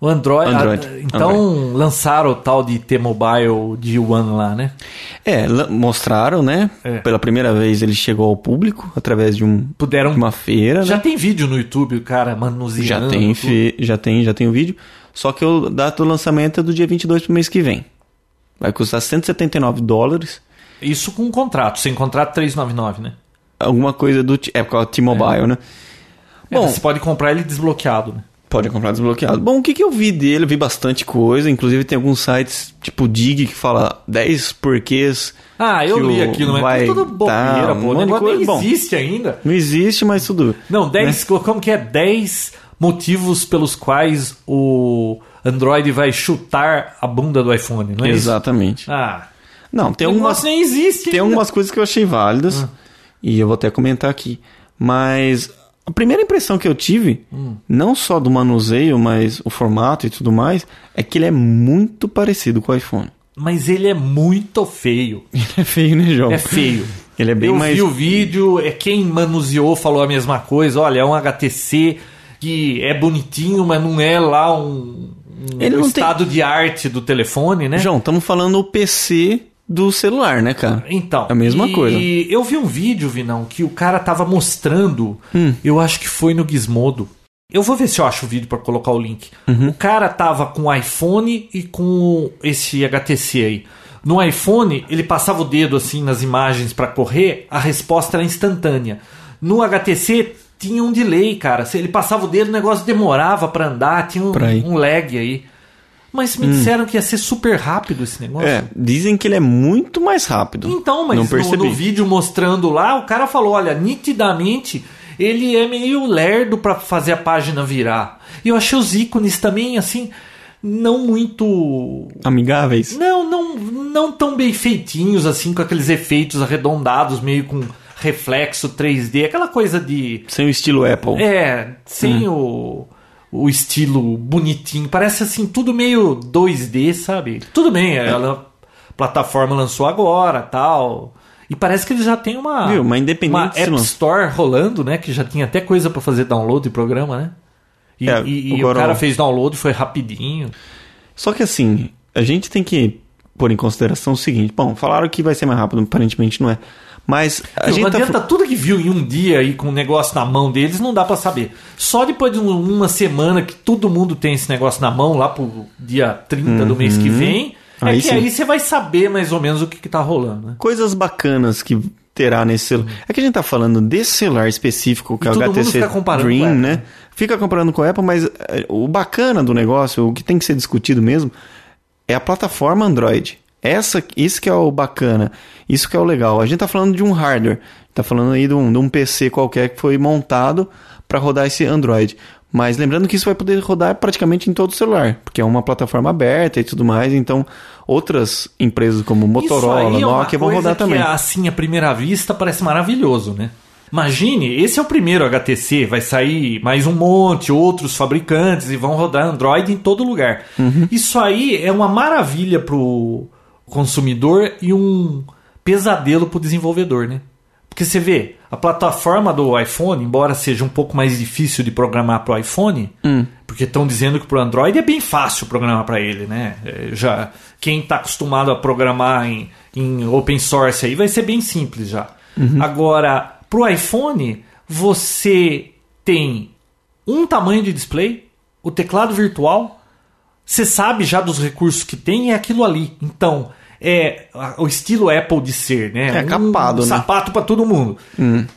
B: O Android.
A: Android.
B: ah, então lançaram o tal de T-Mobile de One lá, né?
A: É, la- mostraram, né?
B: É.
A: Pela primeira vez ele chegou ao público através de um,
B: Puderam.
A: de uma feira,
B: Já
A: né?
B: tem vídeo no YouTube, o cara manuseando.
A: Já tem,
B: tudo.
A: fe... já tem, já tem o vídeo. Só que o data do lançamento é do dia 22 pro mês que vem. Vai custar 179 dólares.
B: Isso com um contrato. Sem contrato, 399, né?
A: Alguma coisa do. ti- É, porque é o T-Mobile, né?
B: É,
A: Bom,
B: você pode comprar ele desbloqueado, né?
A: pode comprar desbloqueado. Bom, o que, que eu vi dele? Eu vi bastante coisa. Inclusive tem alguns sites, tipo Dig, que fala 10 porquês.
B: Ah, eu
A: que
B: li
A: o
B: aquilo, mas
A: vai
B: é tudo bobeira,
A: dar, um
B: pô. o
A: monte de
B: negócio
A: coisa.
B: nem
A: Bom,
B: existe ainda.
A: Não existe, mas tudo. Né?
B: Não, 10. Como que é? 10 motivos pelos quais o Android vai chutar a bunda do iPhone, não é
A: Exatamente.
B: isso? Ah.
A: Não, tem
B: o
A: algumas,
B: negócio nem existe.
A: tem
B: ainda.
A: algumas coisas que Ah. eu achei válidas e eu vou até comentar aqui. Mas a primeira impressão que eu tive, não só do manuseio, mas o formato e tudo mais, é que ele é muito parecido com o iPhone.
B: Mas ele é muito feio.
A: Ele é feio, né, João?
B: É feio.
A: Ele é bem
B: eu
A: mais.
B: vi o vídeo, é quem manuseou falou a mesma coisa. Olha, é um HTC que é bonitinho, mas não é lá um, um
A: Ele não tem-
B: estado de arte do telefone, né?
A: João, estamos falando o PC do celular, né, cara?
B: Então.
A: É a mesma
B: e-
A: coisa.
B: E eu vi um vídeo, Vinão, que o cara tava mostrando.
A: Hum.
B: Eu acho que foi no Gizmodo. Eu vou ver se eu acho o vídeo pra colocar o link.
A: Uhum.
B: O cara tava com o iPhone e com esse HTC aí. No iPhone, ele passava o dedo assim nas imagens pra correr, a resposta era instantânea. No HTC tinha um delay, cara. Se ele passava o dedo, o negócio demorava pra andar, tinha um,
A: Pra aí.
B: um lag aí. Mas me disseram que ia ser super rápido esse negócio.
A: É, dizem que ele é muito mais rápido.
B: Então, mas
A: não
B: no-
A: percebi.
B: No, vídeo mostrando lá, o cara falou: olha, nitidamente ele é meio lerdo pra fazer a página virar. E eu achei os ícones também, assim. não muito.
A: Amigáveis?
B: Não, não, não tão bem feitinhos, assim, com aqueles efeitos arredondados, meio com reflexo 3D, aquela coisa de.
A: Sem o estilo Apple. Hum.
B: É, sem o, o estilo bonitinho. Parece assim, tudo meio 2D, sabe? Tudo bem,
A: É.
B: ela, a plataforma lançou agora tal. E parece que eles já têm uma,
A: Viu, mas
B: uma
A: independente se
B: App
A: lançou.
B: Store rolando, né? Que já tinha até coisa pra fazer download do programa, né? E,
A: É,
B: e- e o
A: agora
B: cara
A: o-
B: fez download, foi rapidinho.
A: Só que assim, a gente tem que pôr em consideração o seguinte. Bom, falaram que vai ser mais rápido, aparentemente não é. Mas a
B: não
A: gente tá
B: adianta tudo que viu em um dia e com o negócio na mão deles, não dá pra saber. Só depois de um- uma semana que todo mundo tem esse negócio na mão, lá pro dia 30 do mês que vem, é
A: Uhum. Aí
B: que
A: sim.
B: aí você vai saber mais ou menos o que, que tá rolando, né?
A: coisas bacanas que terá nesse celular. É que a gente tá falando desse celular específico, que
B: E
A: é o
B: todo mundo
A: HTC
B: fica comparando com
A: Dream,
B: o Apple.
A: né? Fica comparando com o Apple, mas eh, o bacana do negócio, o que tem que ser discutido mesmo, é a plataforma Android. Essa, isso que é o bacana, isso que é o legal. A gente tá falando de um hardware, tá falando aí de um, de um PC qualquer que foi montado para rodar esse Android. Mas lembrando que isso vai poder rodar praticamente em todo celular, porque é uma plataforma aberta e tudo mais, então outras empresas como Motorola,
B: Isso aí é uma
A: Nokia vão
B: coisa
A: rodar
B: que,
A: também.
B: Assim, à primeira vista, parece maravilhoso, né? Imagine, esse é o primeiro HTC, vai sair mais um monte, outros fabricantes e vão rodar Android em todo lugar.
A: Uhum.
B: Isso aí é uma maravilha pro consumidor e um pesadelo pro desenvolvedor, né? Porque você vê, a plataforma do iPhone, embora seja um pouco mais difícil de programar pro iPhone,
A: Hum.
B: porque estão dizendo que pro Android é bem fácil programar para ele, né? É, Já quem está acostumado a programar em, em open source aí vai ser bem simples já.
A: Uhum.
B: Agora, pro iPhone, você tem um tamanho de display, o teclado virtual, você sabe já dos recursos que tem e é aquilo ali. Então, é a- o estilo Apple de ser, né?
A: É capado,
B: um
A: né?
B: sapato para todo mundo.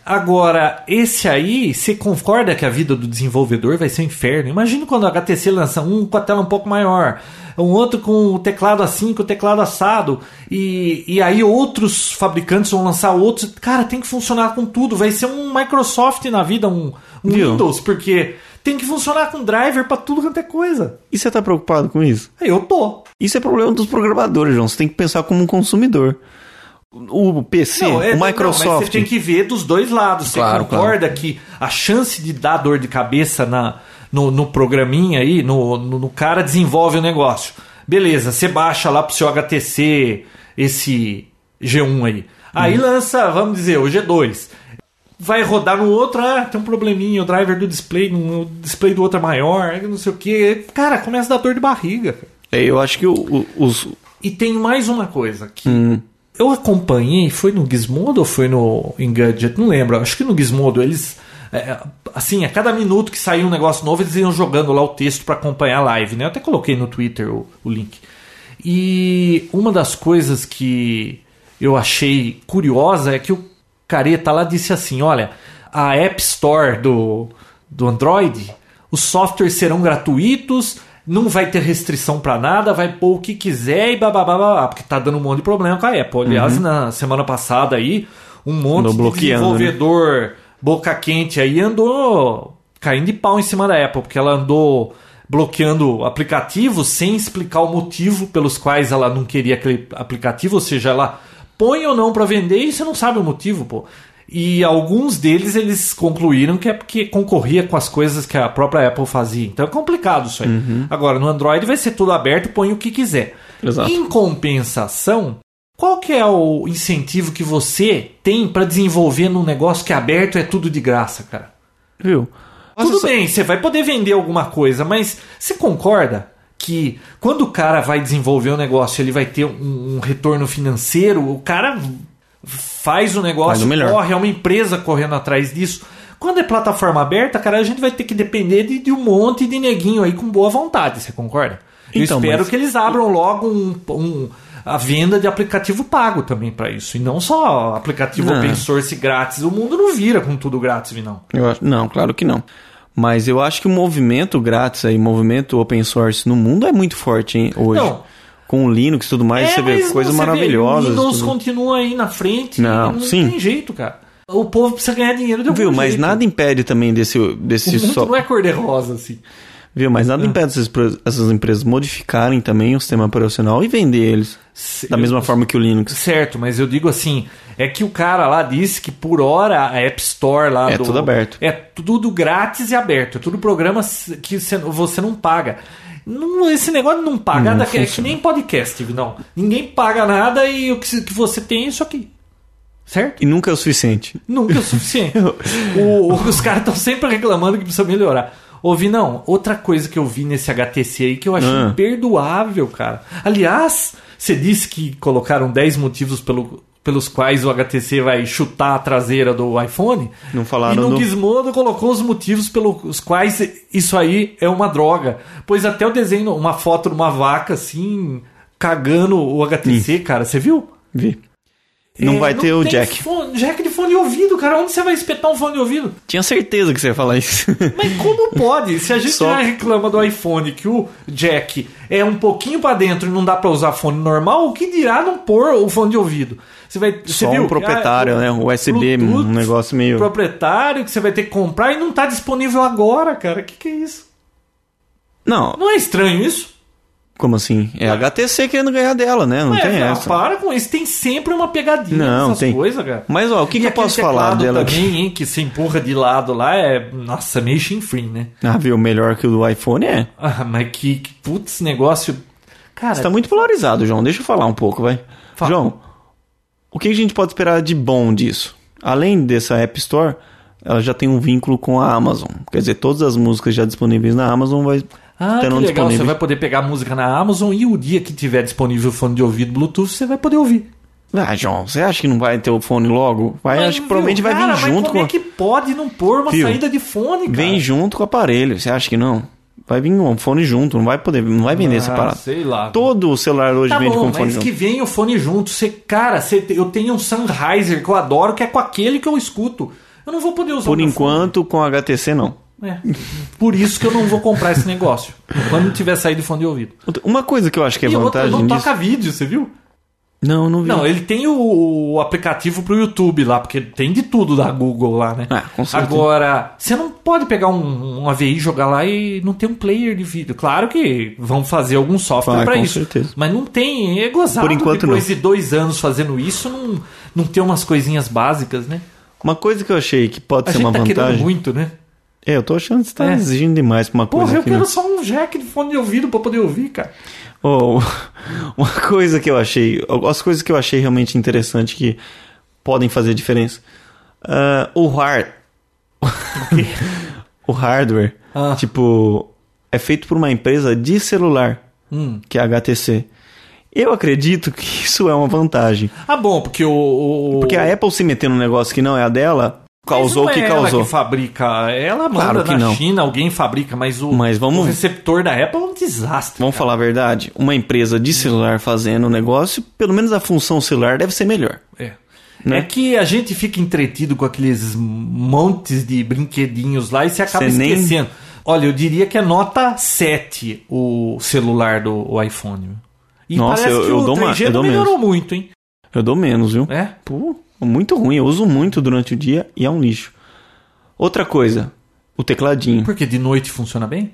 B: Agora, esse aí, você concorda que a vida do desenvolvedor vai ser um inferno? Imagina quando a HTC lança um com a tela um pouco maior, um outro com o teclado assim, com o teclado assado, e, e aí outros fabricantes vão lançar outros. Cara, tem que funcionar com tudo. Vai ser um Microsoft na vida, um, um
A: Viu?
B: Windows, porque tem que funcionar com driver para tudo quanto é coisa.
A: E você tá preocupado com isso?
B: Aí Eu tô.
A: Isso é problema dos programadores, João. Você tem que pensar como um consumidor. O PC,
B: Não, é-
A: o
B: não, mas
A: Microsoft.
B: você tem que ver dos dois lados. Você
A: Claro,
B: concorda que a chance de dar dor de cabeça na, no, no programinha aí, no, no, no cara desenvolve o negócio. Beleza, você baixa lá pro seu HTC esse G1 aí.
A: Uhum.
B: Aí lança, vamos dizer, o G2. Vai rodar no outro, ah, tem um probleminha, o driver do display, no o display do outro é maior, não sei o que. Cara, começa a dar dor de barriga. cara.
A: É, Eu acho que o- o- os.
B: E tem mais uma coisa que eu acompanhei, foi no Gizmodo ou foi no Engadget? Não lembro. Acho que no Gizmodo eles. é, assim, a cada minuto que saía um negócio novo, eles iam jogando lá o texto para acompanhar a live, né? Eu até coloquei no Twitter o, o link. E uma das coisas que eu achei curiosa é que o Careta lá disse assim: olha, a App Store do, do Android os softwares serão gratuitos, não vai ter restrição pra nada, vai pôr o que quiser e bababá, babá, porque tá dando um monte de problema com a Apple. Aliás, na semana passada aí, um monte
A: Uhum. Andou
B: de
A: bloqueando, né?
B: desenvolvedor boca quente aí andou caindo de pau em cima da Apple, porque ela andou bloqueando aplicativos sem explicar o motivo pelos quais ela não queria aquele aplicativo, ou seja, ela põe ou não pra vender e você não sabe o motivo, pô. E alguns deles eles concluíram que é porque concorria com as coisas que a própria Apple fazia. Então é complicado isso aí. Agora no Android vai ser tudo aberto, põe o que quiser.
A: Exato.
B: Em compensação, qual que é o incentivo que você tem pra desenvolver num negócio que é aberto e é tudo de graça, cara?
A: Viu?
B: Tudo
A: Nossa,
B: bem, você vai poder vender alguma coisa, mas você concorda que quando o cara vai desenvolver um negócio, ele vai ter um, um retorno financeiro? O cara faz o
A: Faz o
B: negócio,
A: melhor.
B: corre, é uma empresa correndo atrás disso. Quando é plataforma aberta, cara, a gente vai ter que depender de, de um monte de neguinho aí com boa vontade, você concorda? Eu
A: Então,
B: espero
A: mas-
B: que eles abram logo um- um- a venda de aplicativo pago também pra isso. E não só aplicativo
A: Não.
B: open source grátis. O mundo não vira com tudo grátis, não.
A: Eu acho- não, claro que não. Mas eu acho que o movimento grátis aí, o movimento open source no mundo é muito forte hein, hoje.
B: Não.
A: Com o Linux e tudo mais, você vê
B: É, mas
A: coisas
B: você vê,
A: maravilhosas.
B: O Windows
A: tudo.
B: continua aí na frente.
A: Não,
B: Não,
A: sim.
B: tem jeito, cara. O povo precisa ganhar dinheiro de algum
A: Viu? Mas
B: jeito.
A: nada impede também desse, desse
B: O mundo
A: só.
B: não é cor-de-rosa, assim.
A: Viu? Mas nada impede essas, pre- essas empresas modificarem também o sistema operacional e vender eles.
B: Se-
A: Da mesma forma que o Linux.
B: Certo, mas eu digo assim, é que o cara lá disse que por hora a App Store lá
A: É
B: do-
A: tudo aberto.
B: É tudo grátis e aberto, é tudo programa s- que cê- você não paga. Não, esse negócio de não paga nada, é que nem podcast, não. Ninguém paga nada e o que, se- que você tem é isso aqui. Certo?
A: E nunca é o suficiente.
B: Nunca é o suficiente. O- o- os caras estão sempre reclamando que precisa melhorar. Ouvi, não, outra coisa que eu vi nesse HTC aí que eu achei
A: Ah.
B: imperdoável, cara. Aliás, você disse que colocaram 10 motivos pelo- pelos quais o HTC vai chutar a traseira do iPhone.
A: Não falaram
B: E no
A: do-
B: Gizmodo colocou os motivos pelos quais isso aí é uma droga. Pois até eu desenho uma foto de uma vaca assim, cagando o HTC, cara. Você viu?
A: Vi. Não
B: É,
A: vai ter o
B: tem
A: Jack.
B: fone- jack de fone de ouvido, cara. Onde você vai espetar um fone de ouvido?
A: Tinha certeza que você ia falar isso.
B: Mas como pode? Se a gente
A: Só-
B: já reclama do iPhone que o jack é um pouquinho pra dentro e não dá pra usar fone normal, o que dirá não pôr o fone de ouvido? Você vai você
A: Só
B: viu?
A: um proprietário,
B: Ah,
A: né? USB, um
B: Bluetooth,
A: negócio meio.
B: Proprietário que você vai ter que comprar e não tá disponível agora, cara. Que que é isso?
A: Não,
B: Não é estranho isso?
A: como assim? É a HTC querendo ganhar dela, né? Não
B: é,
A: tem
B: cara,
A: essa.
B: para com isso. Tem sempre uma pegadinha
A: Não,
B: nessas
A: tem.
B: coisas, cara.
A: Mas ó, o que,
B: E
A: que eu
B: aquele
A: posso falar
B: teclado
A: dela aqui?
B: também, hein, que se empurra de lado lá, é, nossa, meio chinfrim, né?
A: Ah, viu? Melhor que o do iPhone é.
B: Ah, mas que, que putz negócio. Cara,
A: Você tá muito polarizado, João. Deixa eu falar um pouco, vai.
B: Fala.
A: João, o que a gente pode esperar de bom disso? Além dessa App Store, ela já tem um vínculo com a Amazon. Quer dizer, todas as músicas já disponíveis na Amazon vai
B: ah, que
A: estarão
B: legal, você
A: disponíveis.
B: vai poder pegar música na Amazon e o dia que tiver disponível o fone de ouvido Bluetooth, você vai poder ouvir.
A: Ah, João, você acha que não vai ter o fone logo? Vai,
B: Mas,
A: acho que
B: viu,
A: provavelmente vai
B: cara,
A: vir
B: mas
A: junto
B: como
A: com.
B: é
A: a-
B: que pode não pôr uma
A: Viu?
B: saída de fone, cara?
A: Vem junto com o aparelho. Você acha que não? Vai vir um fone junto, não vai poder, não vai vender
B: ah,
A: separado.
B: sei lá.
A: Todo celular hoje
B: Tá
A: vende
B: bom,
A: com fone
B: mas
A: junto.
B: que vem o fone junto. Você, cara, você, te- eu tenho um Sennheiser que eu adoro, que é com aquele que eu escuto. Eu não vou poder usar o
A: Por
B: meu
A: enquanto, com a HTC não.
B: fone. É, por isso que eu não vou comprar esse negócio. Quando tiver saído fone de ouvido.
A: Outra- Uma coisa que eu acho que é
B: e outra,
A: vantagem
B: não
A: disso.
B: toca vídeo, você viu?
A: Não, não vi.
B: Não, ele tem o, o aplicativo pro YouTube lá, porque tem de tudo da Google lá, né?
A: Ah, com certeza.
B: Agora, você não pode pegar um, um AVI, jogar lá e não ter um player de vídeo. Claro que vão fazer algum software
A: Vai,
B: pra
A: Ah, com
B: isso.
A: certeza.
B: Mas não tem, é gozado
A: Por enquanto,
B: depois de dois anos fazendo isso, não, não ter umas coisinhas básicas, né?
A: Uma coisa que eu achei que pode
B: A
A: ser
B: gente
A: é uma
B: tá querendo
A: vantagem.
B: muito, né?
A: É, eu tô achando que você tá
B: É.
A: exigindo demais pra uma coisa
B: Porra, eu
A: que
B: quero
A: não-
B: só um jack de fone de ouvido pra poder ouvir, cara.
A: Oh, uma coisa que eu achei. As coisas que eu achei realmente interessante que podem fazer diferença. Ah, o hard. o hardware,
B: Ah.
A: tipo, é feito por uma empresa de celular,
B: Hum.
A: que é a HTC. Eu acredito que isso é uma vantagem.
B: Ah, bom, porque o. o-
A: Porque a Apple se meter num negócio que não é a dela, causou o
B: Mas
A: que
B: não é
A: causou.
B: Ela que fabrica, ela manda
A: Claro que
B: na
A: não.
B: China, alguém fabrica, mas o,
A: Mas vamos
B: o
A: ver.
B: receptor da Apple é um desastre.
A: Vamos falar a verdade? Uma empresa de celular fazendo o negócio, pelo menos a função celular deve ser melhor.
B: É.
A: Né?
B: É que a gente fica entretido com aqueles montes de brinquedinhos lá e você acaba
A: Você nem-
B: esquecendo. Olha, eu diria que é nota 7 o celular do o iPhone. E
A: Nossa,
B: parece
A: eu-
B: que
A: eu
B: o
A: dou mais,
B: 3G
A: eu
B: não
A: dou
B: melhorou muito, hein?
A: Eu dou menos, viu?
B: É?
A: Pô, muito ruim. Eu uso muito durante o dia e é um lixo. Outra coisa, o tecladinho.
B: Porque de noite funciona bem?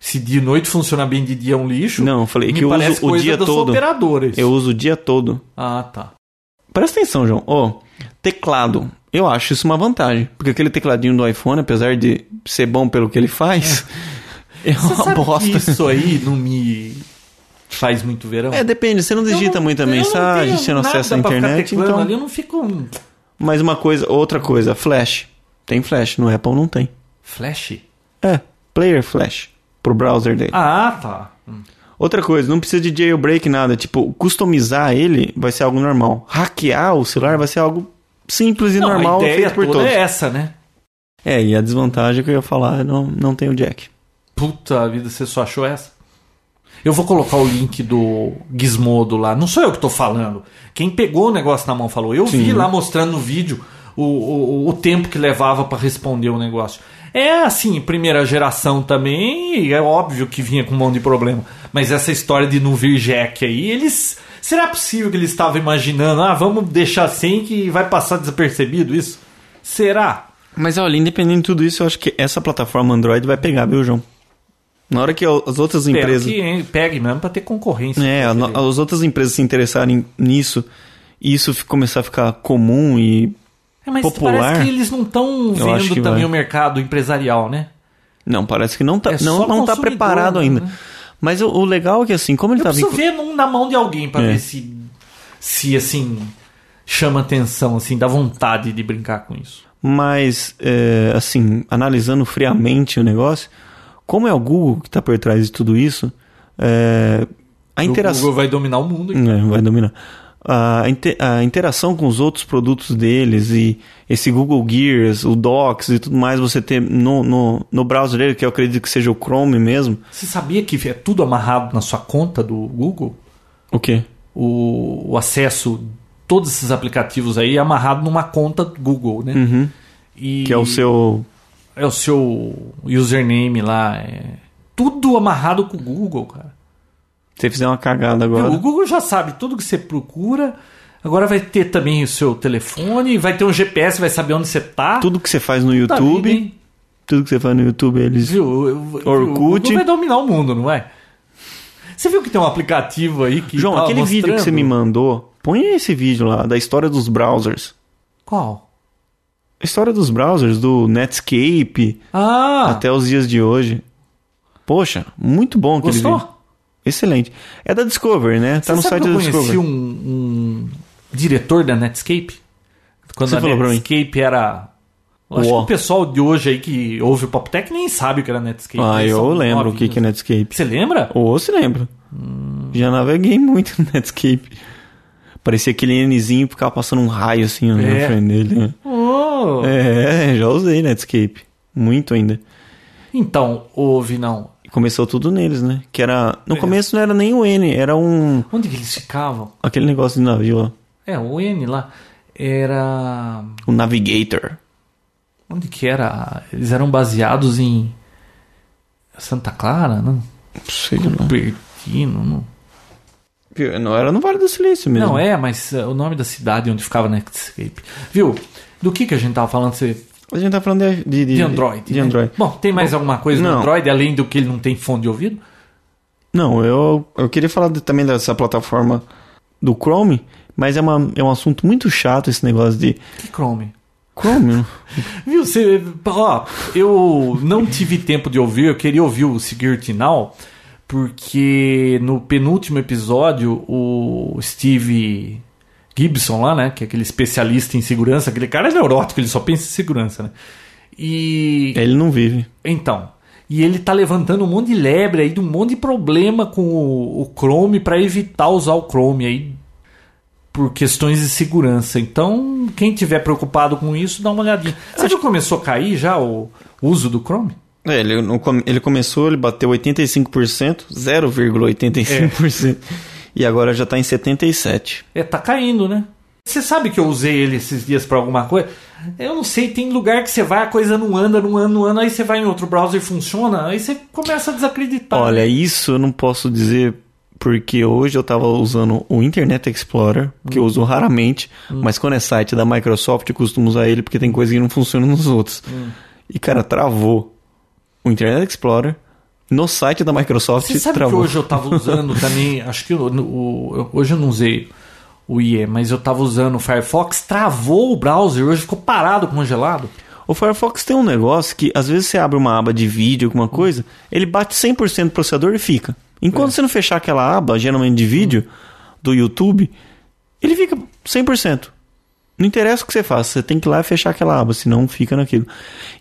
B: Se de noite funciona bem, de dia é um lixo.
A: Não, eu falei
B: me
A: que eu
B: parece
A: uso o
B: coisa
A: dia
B: dos
A: todo.
B: operadores.
A: Eu uso o dia todo.
B: Ah, tá.
A: Presta atenção, João. Ó, teclado. Eu acho isso uma vantagem. Porque aquele tecladinho do iPhone, apesar de ser bom pelo que ele faz, é,
B: Você
A: uma
B: sabe que
A: bosta.
B: isso aí não me faz muito verão?
A: É, depende. Você não
B: Eu
A: digita "Ah,
B: não-
A: muita
B: eu não
A: mensagem,
B: tenho
A: você não
B: nada
A: acessa a
B: pra ficar
A: internet.
B: teclando
A: Então...
B: ali, eu não fico um
A: Mas uma coisa, outra coisa, flash. Tem flash, no Apple não tem.
B: flash.
A: É, player flash pro browser dele.
B: Ah, tá. Hum.
A: Outra coisa, não precisa de jailbreak nada, tipo, customizar ele vai ser algo normal. Hackear o celular vai ser algo simples e
B: Não,
A: normal
B: a ideia
A: feito por
B: toda
A: todos.
B: é
A: É...
B: essa, né?
A: e a desvantagem que eu ia falar é não, não tem o jack.
B: Puta vida, você só achou essa? Eu vou colocar o link do Gizmodo lá. Não sou eu que tô falando. Quem pegou o negócio na mão falou. Eu vi
A: Sim.
B: lá mostrando no vídeo o, o, o tempo que levava pra responder o negócio. É assim, primeira geração também, e é óbvio que vinha com um monte de problema. Mas essa história de não vir Jack aí, eles. Será possível que eles estavam imaginando, ah, vamos deixar sem que vai passar despercebido isso? Será?
A: Mas olha, independente de tudo isso, eu acho que essa plataforma Android vai pegar, viu, João? Na hora que as outras
B: Espero
A: empresas.
B: que hein, pegue mesmo pra ter concorrência.
A: É, a no-
B: Porque-
A: as outras empresas se interessarem nisso e isso fi- começar a ficar comum e.
B: É, mas
A: popular,
B: parece que eles não estão
A: acho
B: vendo
A: que
B: também
A: vai.
B: o mercado empresarial, né?
A: Não, parece que não tá,
B: É só
A: não, não tá
B: consumidor,
A: preparado
B: né?
A: ainda. Mas o, o legal é que, assim, como ele
B: Eu
A: tá
B: preciso
A: vincu-
B: ver um na mão de alguém pra
A: É.
B: ver se, se, assim, chama atenção, assim, dá vontade de brincar com isso.
A: Mas, é, assim, analisando friamente o negócio, como é o Google que tá por trás de tudo isso, é, a
B: O
A: interação.
B: Google vai dominar o mundo.
A: É, vai dominar. A, inte- a interação com os outros produtos deles e esse Google Gears, o Docs e tudo mais, você ter no, no, no browser dele, que eu acredito que seja o Chrome mesmo.
B: Você sabia que é tudo amarrado na sua conta do Google?
A: O quê?
B: O, o acesso, todos esses aplicativos aí, é amarrado numa conta do Google, né? E
A: Uhum. Que é o seu.
B: É o seu username lá. é Tudo amarrado com o Google, cara.
A: Se você fizer uma cagada
B: O
A: agora.
B: Google já sabe tudo que você procura. Agora vai ter também o seu telefone, vai ter um GPS, vai saber onde você tá.
A: Tudo que você faz no
B: Puta
A: YouTube.
B: vida, hein?
A: tudo que você faz no YouTube, eles.
B: Viu? Eu- eu- O
A: Orkut.
B: Google vai dominar o mundo, não é? Você viu que tem um aplicativo aí que.
A: João,
B: tava
A: aquele vídeo que
B: mostrando?
A: você me mandou, põe esse vídeo lá, da história dos browsers.
B: Qual?
A: A história dos browsers, do Netscape
B: Ah!
A: até tá os dias de hoje. Poxa, muito bom aquele
B: Gostou?
A: vídeo. Excelente. É da Discovery, né? Tá
B: Você
A: no
B: sabe
A: site
B: que eu
A: da
B: conheci
A: Discovery.
B: um, um diretor da Netscape? Quando
A: Você
B: a
A: falou pra mim.
B: Netscape era. Eu acho que
A: Uó.
B: o pessoal de hoje aí que ouve o Poptec nem sabe o que era Netscape.
A: Ah,
B: Eles
A: eu
B: são
A: lembro o que, que é
B: novinhos.
A: Netscape.
B: Você lembra?
A: Ou se lembra.
B: Hum.
A: Já naveguei muito no Netscape. Parecia aquele Nzinho que ficava passando um raio assim ó,
B: É.
A: na frente dele. né?
B: Oh.
A: É, já usei Netscape. Muito ainda.
B: Então, ouve não.
A: E começou tudo neles, né? Que era. No
B: É.
A: começo não era nem o N, era um.
B: Onde que eles ficavam?
A: Aquele negócio de navio lá.
B: É, o N lá. Era.
A: O Navigator.
B: Onde que era? Eles eram baseados em. Santa Clara, não?
A: Sei lá.
B: Cupertino, não.
A: Pior, Não era no Vale do Silício mesmo.
B: Não, é, mas eh, o nome da cidade onde ficava Netscape. Viu? Do que, que a gente tava falando? Você...
A: A gente tá falando de. De, de-
B: De Android.
A: De
B: né?
A: Android.
B: Bom, tem mais alguma coisa no
A: não.
B: Android, além do que ele não tem fone de ouvido?
A: Não, eu, eu queria falar de- também dessa plataforma do Chrome, mas é, uma, é um assunto muito chato esse negócio de.
B: Que Chrome.
A: Chrome? né?
B: Viu, você. Ó, eu não tive tempo de ouvir, eu queria ouvir o Security Now, porque no penúltimo episódio, o Steve Gibson lá, né? Que é aquele especialista em segurança, aquele cara é neurótico, ele só pensa em segurança, né? E.
A: Ele não vive.
B: Então, e ele tá levantando um monte de lebre aí, de um monte de problema com o, o Chrome para evitar usar o Chrome aí por questões de segurança. Então, quem tiver preocupado com isso, dá uma olhadinha. Você já começou a cair já o uso do Chrome?
A: É, ele, não come- ele começou, ele bateu 85%, 0,85%. E agora já tá em 77%.
B: É, tá caindo, né? Você sabe que eu usei ele esses dias pra alguma coisa? Eu não sei, tem lugar que você vai, a coisa não anda, não anda, não anda, aí você vai em outro browser e funciona, aí você começa a desacreditar. né?
A: Olha, isso eu não posso dizer porque hoje eu tava usando o Internet Explorer, que
B: Uhum.
A: eu uso raramente, mas quando é site da Microsoft eu costumo usar ele porque tem coisa que não funciona nos outros.
B: Uhum.
A: E cara, travou o Internet Explorer no site da Microsoft
B: Você sabe
A: travou.
B: que hoje eu tava usando também, acho que eu- no- o- eu- hoje eu não usei o IE, mas eu tava usando o Firefox, travou o browser, hoje ficou parado, congelado.
A: O Firefox tem um negócio que às vezes você abre uma aba de vídeo, alguma coisa, ele bate 100% do processador e fica. Enquanto você não fechar aquela aba, geralmente de vídeo, do YouTube, ele fica 100%. Não interessa o que você faça, você tem que ir lá e fechar aquela aba, senão fica naquilo.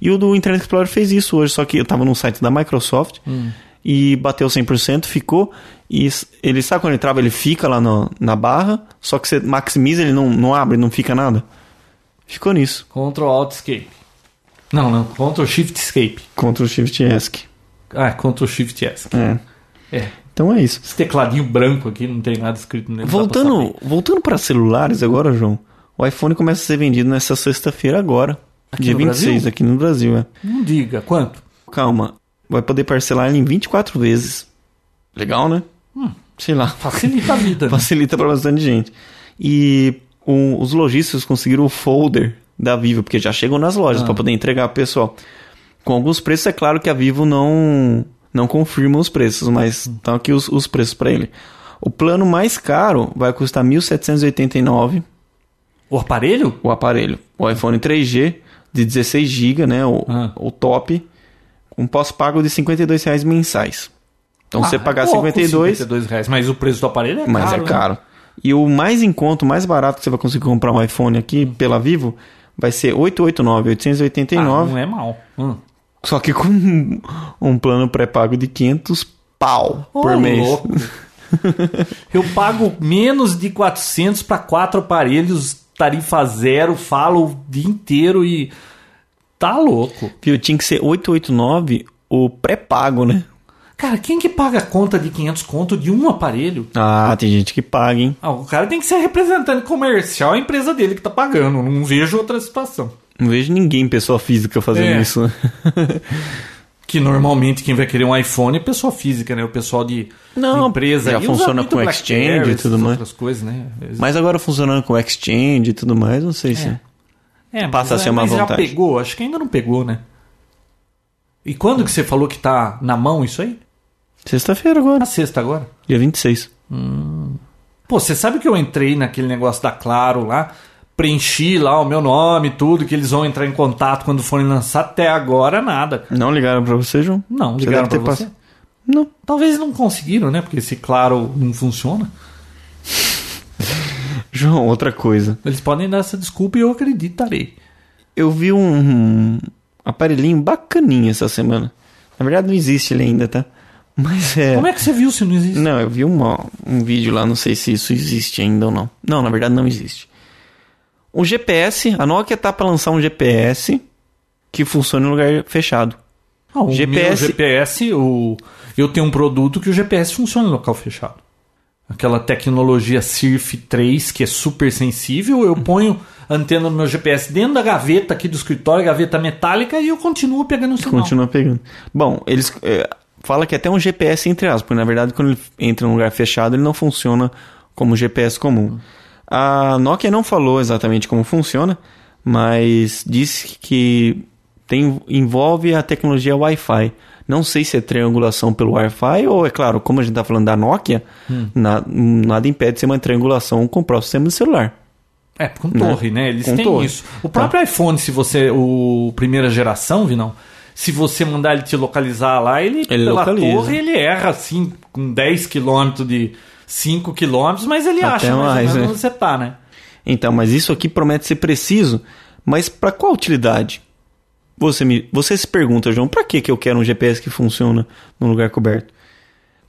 A: E o do Internet Explorer fez isso hoje, só que eu tava num site da Microsoft e bateu 100%, ficou. E s- ele sabe quando ele trava, ele fica lá no- na barra, só que você maximiza, ele não, não abre, não fica nada. Ficou nisso.
B: Ctrl Alt Escape. Não, não, Ctrl Shift Escape.
A: Ctrl Shift ESC.
B: Ah, Ctrl Shift S.
A: É.
B: É.
A: Então é isso.
B: Esse tecladinho branco aqui não tem nada escrito nele. dá pra
A: Voltando,
B: saber.
A: voltando para celulares agora, João. O iPhone começa a ser vendido nessa sexta-feira agora, dia
B: no
A: 26,
B: Brasil?
A: aqui no Brasil, é.
B: Não diga quanto.
A: Calma, vai poder parcelar ele em 24 vezes. Legal, né?
B: Hum,
A: Sei lá.
B: Facilita a vida. né?
A: Facilita para bastante gente. E o- os lojistas conseguiram o folder da Vivo,
B: Ah.
A: porque já chegou nas lojas para poder entregar pro pessoal. Com alguns preços, é claro que a Vivo não não confirmam os preços, mas
B: Uhum.
A: estão aqui os, os preços para ele. O plano mais caro vai custar 1.789
B: O aparelho?
A: o aparelho. O iPhone 3G de 16 GB, né, o,
B: Ah.
A: o top, com pós-pago de R$ 52 reais mensais. Então, você
B: Ah,
A: pagar
B: é pouco,
A: 52,
B: 52 reais, mas o preço do aparelho é
A: mas
B: caro.
A: é
B: né?
A: caro. E o mais em conta, o mais barato que você vai conseguir comprar um iPhone aqui pela Vivo, vai ser 889,
B: Ah,
A: 889.
B: não é mal. Hum.
A: Só que com um, um plano pré-pago de 500 pau
B: Ô,
A: por mês.
B: louco. Eu pago menos de 400 para quatro aparelhos, tarifa zero, falo o dia inteiro e tá louco.
A: Viu? Tinha que ser 889 o pré-pago, né?
B: Cara, quem que paga a conta de 500 conto de um aparelho?
A: Ah, tem gente que paga, hein?
B: Ah, o cara tem que ser representante comercial, a empresa dele que tá pagando. Não vejo outra situação.
A: Não vejo ninguém, pessoa física, fazendo
B: É.
A: isso.
B: Que normalmente quem vai querer um iPhone é pessoa física, né? O pessoal de
A: Não,
B: de empresa.
A: já
B: E usa
A: funciona
B: muito
A: com
B: Blackberry,
A: Exchange e
B: essas
A: tudo mais.
B: Outras coisas, né?
A: Mas agora funcionando com Exchange e tudo mais, não sei se.
B: É, mas-
A: Passa a ser uma
B: mas já
A: vantagem.
B: pegou? Acho que ainda não pegou, né? E quando que você falou que tá na mão isso aí?
A: Sexta-feira agora,
B: Na sexta agora.
A: dia 26.
B: Pô, você sabe que eu entrei naquele negócio da Claro lá, preenchi lá o meu nome e tudo, que eles vão entrar em contato quando forem lançar. Até agora, nada. cara.
A: Não ligaram pra você, João?
B: Não,
A: Você
B: ligaram
A: deve ter
B: pra você?
A: pass- Não.
B: Talvez não conseguiram, né? Porque se Claro não funciona,
A: João, outra coisa.
B: eles podem dar essa desculpa e eu acreditarei.
A: Eu vi um aparelhinho bacaninha essa semana. Na verdade, não existe ele ainda, tá? Mas é.
B: Como é que você viu se não existe?
A: Não, eu vi uma- um vídeo lá, não sei se isso existe ainda ou não. Não, na verdade não existe. Um GPS, a Nokia tá pra lançar um GPS que funciona em lugar fechado.
B: Ah, o
A: GPS
B: meu GPS, o... eu tenho um produto que o GPS funciona em local fechado. Aquela tecnologia Surf 3, que é super sensível,
A: Uhum.
B: eu ponho a antena no meu GPS dentro da gaveta aqui do escritório, gaveta metálica, e eu continuo pegando o sinal.
A: Continua pegando. Bom, eles é, fala que é até um GPS entre aspas, porque na verdade quando ele entra num lugar fechado ele não funciona como GPS comum. A Nokia não falou exatamente como funciona, mas disse que tem, envolve a tecnologia Wi-Fi. Não sei se é triangulação pelo Wi-Fi ou, é claro, como a gente está falando da Nokia, na- nada impede de ser uma triangulação com o próprio sistema de celular.
B: É, com torre, né? Eles
A: Com
B: têm
A: torre. Tá.
B: isso. O próprio iPhone, se você. O primeira geração, Vinão, se você mandar ele te localizar lá, ele,
A: Ele
B: pela
A: localiza.
B: torre ele erra assim, com 10 km de 5 km, mas ele
A: Até
B: acha mais,
A: mais,
B: ou menos
A: né?
B: onde você tá, né?
A: Então, mas isso aqui promete ser preciso, mas para qual utilidade? Você, me, você se pergunta, João, para que que eu quero um GPS que funciona num lugar coberto?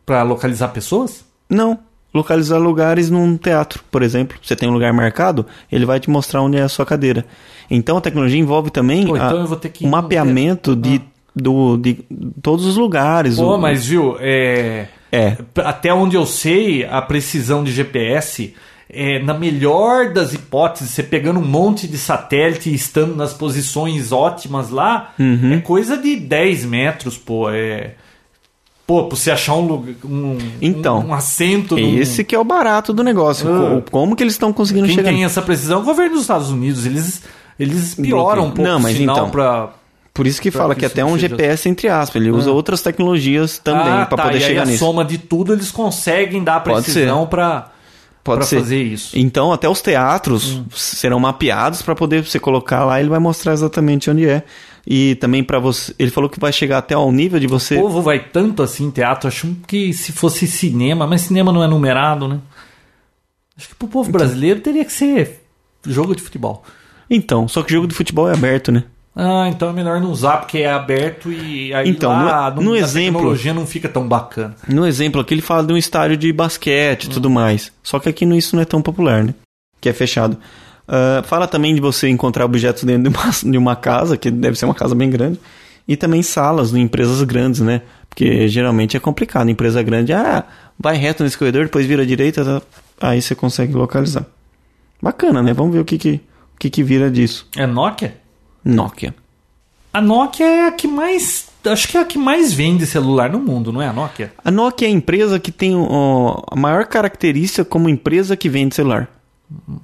B: Pra localizar pessoas?
A: Não, localizar lugares num teatro, por exemplo. Você tem um lugar marcado, ele vai te mostrar onde é a sua cadeira. Então a tecnologia envolve também
B: Pô,
A: a-
B: então eu vou ter que ir
A: o
B: no
A: mapeamento de, do, de todos os lugares.
B: Pô,
A: o-
B: mas viu, é...
A: É.
B: até onde eu sei, a precisão de GPS, é, na melhor das hipóteses, você pegando um monte de satélite e estando nas posições ótimas lá,
A: Uhum.
B: é coisa de 10 metros, pô. É... Pô, pra você achar um lugar. Um,
A: Então,
B: um, um assento. num-
A: Esse que é o barato do negócio.
B: Ah.
A: Co- Como que eles estão conseguindo
B: Quem
A: chegar?
B: tem essa precisão é o governo dos Estados Unidos. Eles, eles pioram um pouco
A: Não, mas
B: o sinal
A: então,
B: pra.
A: Por isso que
B: Pra
A: fala
B: que
A: que,
B: isso
A: até um
B: seja-
A: GPS entre aspas, ele usa outras tecnologias também
B: Ah,
A: para
B: tá,
A: poder
B: e aí
A: chegar
B: a
A: nisso.
B: soma de tudo eles conseguem dar a
A: Pode ser.
B: precisão pra,
A: Pode
B: pra
A: ser.
B: fazer isso. Hum.
A: Então até os teatros serão mapeados para poder você colocar lá, ele vai mostrar exatamente onde é. E também para você, ele falou que vai chegar até ao nível de você.
B: O povo vai tanto assim em teatro, acho que se fosse cinema, mas cinema não é numerado, né? Acho que pro povo brasileiro teria que ser jogo de futebol.
A: Então, só que o jogo de futebol é aberto, né?
B: Ah, então é melhor não usar porque é aberto e aí
A: Então,
B: lá
A: no-
B: não-
A: no
B: a
A: exemplo-
B: tecnologia não fica tão bacana.
A: No exemplo aqui, ele fala de um estádio de basquete e tudo mais. Só que aqui no- isso não é tão popular, né? Que é fechado. Ah, fala também de você encontrar objetos dentro de uma, de uma casa, que deve ser uma casa bem grande. E também salas em empresas grandes, né? Porque geralmente é complicado. Empresa grande, ah, vai reto nesse corredor, depois vira à direita, tá? aí você consegue localizar. Bacana, né? Vamos ver o que que, o que, que vira disso.
B: É Nokia?
A: Nokia.
B: A Nokia é a que mais. Acho que é a que mais vende celular no mundo, não é a Nokia?
A: A Nokia é a empresa que tem ó, a maior característica como empresa que vende celular.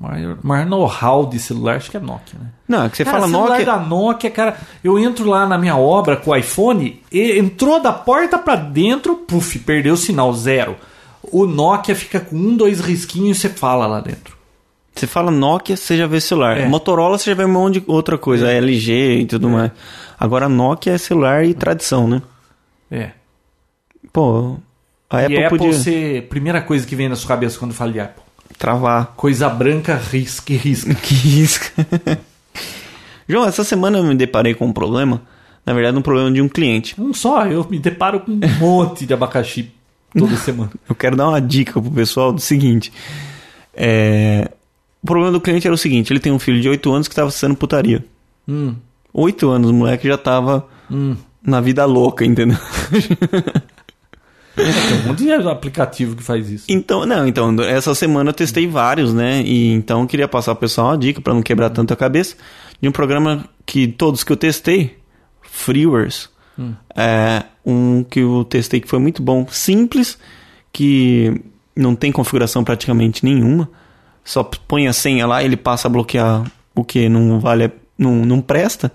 B: maior, maior know-how de celular, acho que é Nokia, né?
A: Não, que você
B: cara,
A: fala
B: celular
A: Nokia.
B: da Nokia, cara, eu entro lá na minha obra com o iPhone, e entrou da porta pra dentro, puf, perdeu o sinal, zero. O Nokia fica com um, dois risquinhos e você fala lá dentro.
A: Você fala Nokia, você já vê celular.
B: É.
A: Motorola, você já vê um monte de outra coisa, LG e tudo mais. Agora Nokia é celular e tradição, né?
B: É.
A: Pô, a
B: e
A: Apple,
B: Apple,
A: podia
B: você. Primeira coisa que vem na sua cabeça quando fala de Apple.
A: travar.
B: Coisa branca, risque, risque.
A: Que risco. João, essa semana eu me deparei com um problema. Na verdade, um problema de um cliente.
B: Um só, eu me deparo com um monte de abacaxi toda semana.
A: Eu quero dar uma dica pro pessoal do seguinte. É, O problema do cliente era o seguinte, ele tem um filho de 8 anos que tava sendo putaria.
B: Hum,
A: 8 anos, o moleque já tava
B: hum.
A: na vida louca, entendeu?
B: Tem um monte de aplicativo que faz isso.
A: Então, não, então, essa semana eu testei vários, né? E então eu queria passar pro pessoal uma dica pra não quebrar tanto a cabeça de um programa que todos que eu testei, Freewares, é um que eu testei que foi muito bom, simples, que não tem configuração praticamente nenhuma. Só põe a senha lá, ele passa a bloquear o que não vale, a- não, não presta.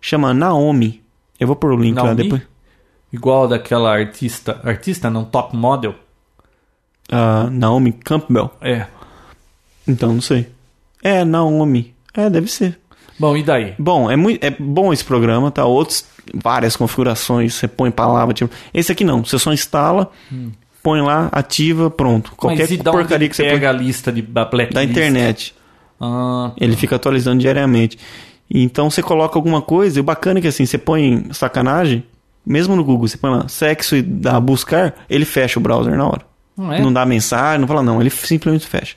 A: Chama Naomi. Eu vou pôr o link lá
B: Naomi?
A: depois.
B: Igual daquela artista. Artista não, top model.
A: Ah, Naomi Campbell.
B: É.
A: Então, não sei. É, Naomi. É, deve ser.
B: Bom, e daí?
A: Bom, é, muito, é bom esse programa, tá? Outros, várias configurações, você põe palavra, tipo... Esse aqui não, você só instala, põe lá, ativa, pronto. Qualquer
B: Hum. Mas e da onde
A: porcaria que você põe
B: pega a lista de da blacklist?
A: da internet.
B: Ah,
A: Ele fica atualizando diariamente. Então, você coloca alguma coisa, e o bacana é que assim, você põe sacanagem, mesmo no Google, você põe lá, sexo e dá buscar, ele fecha o browser na hora.
B: não é?
A: Não dá mensagem, não fala não, ele simplesmente fecha.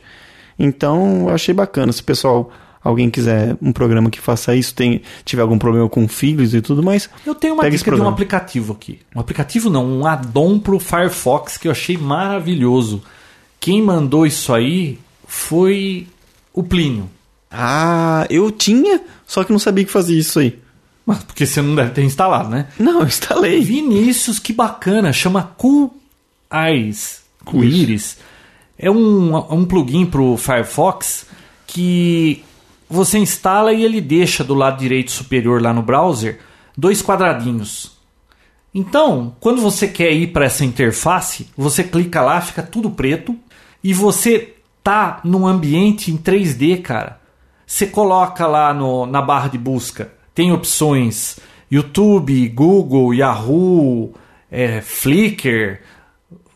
A: Então, eu achei bacana. Se o pessoal, alguém quiser um programa que faça isso, tem, tiver algum problema com filhos e tudo mais,
B: Eu tenho uma
A: Pega esse
B: dica de um
A: programa.
B: aplicativo aqui. Um aplicativo não, um addon pro Firefox que eu achei maravilhoso. Quem mandou isso aí foi o Plínio.
A: ah, eu tinha, só que não sabia que fazia isso aí.
B: Mas porque você não deve ter instalado, né?
A: Não, eu instalei.
B: Vinícius, que bacana, chama Cool Eyes. Cool
A: Isso.
B: Iris. É um, um plugin pro Firefox que você instala e ele deixa do lado direito superior lá no browser dois quadradinhos. Então, quando você quer ir para essa interface, você clica lá, fica tudo preto e você tá num ambiente em 3D, cara. Você coloca lá no- na barra de busca, tem opções YouTube, Google, Yahoo, é, Flickr,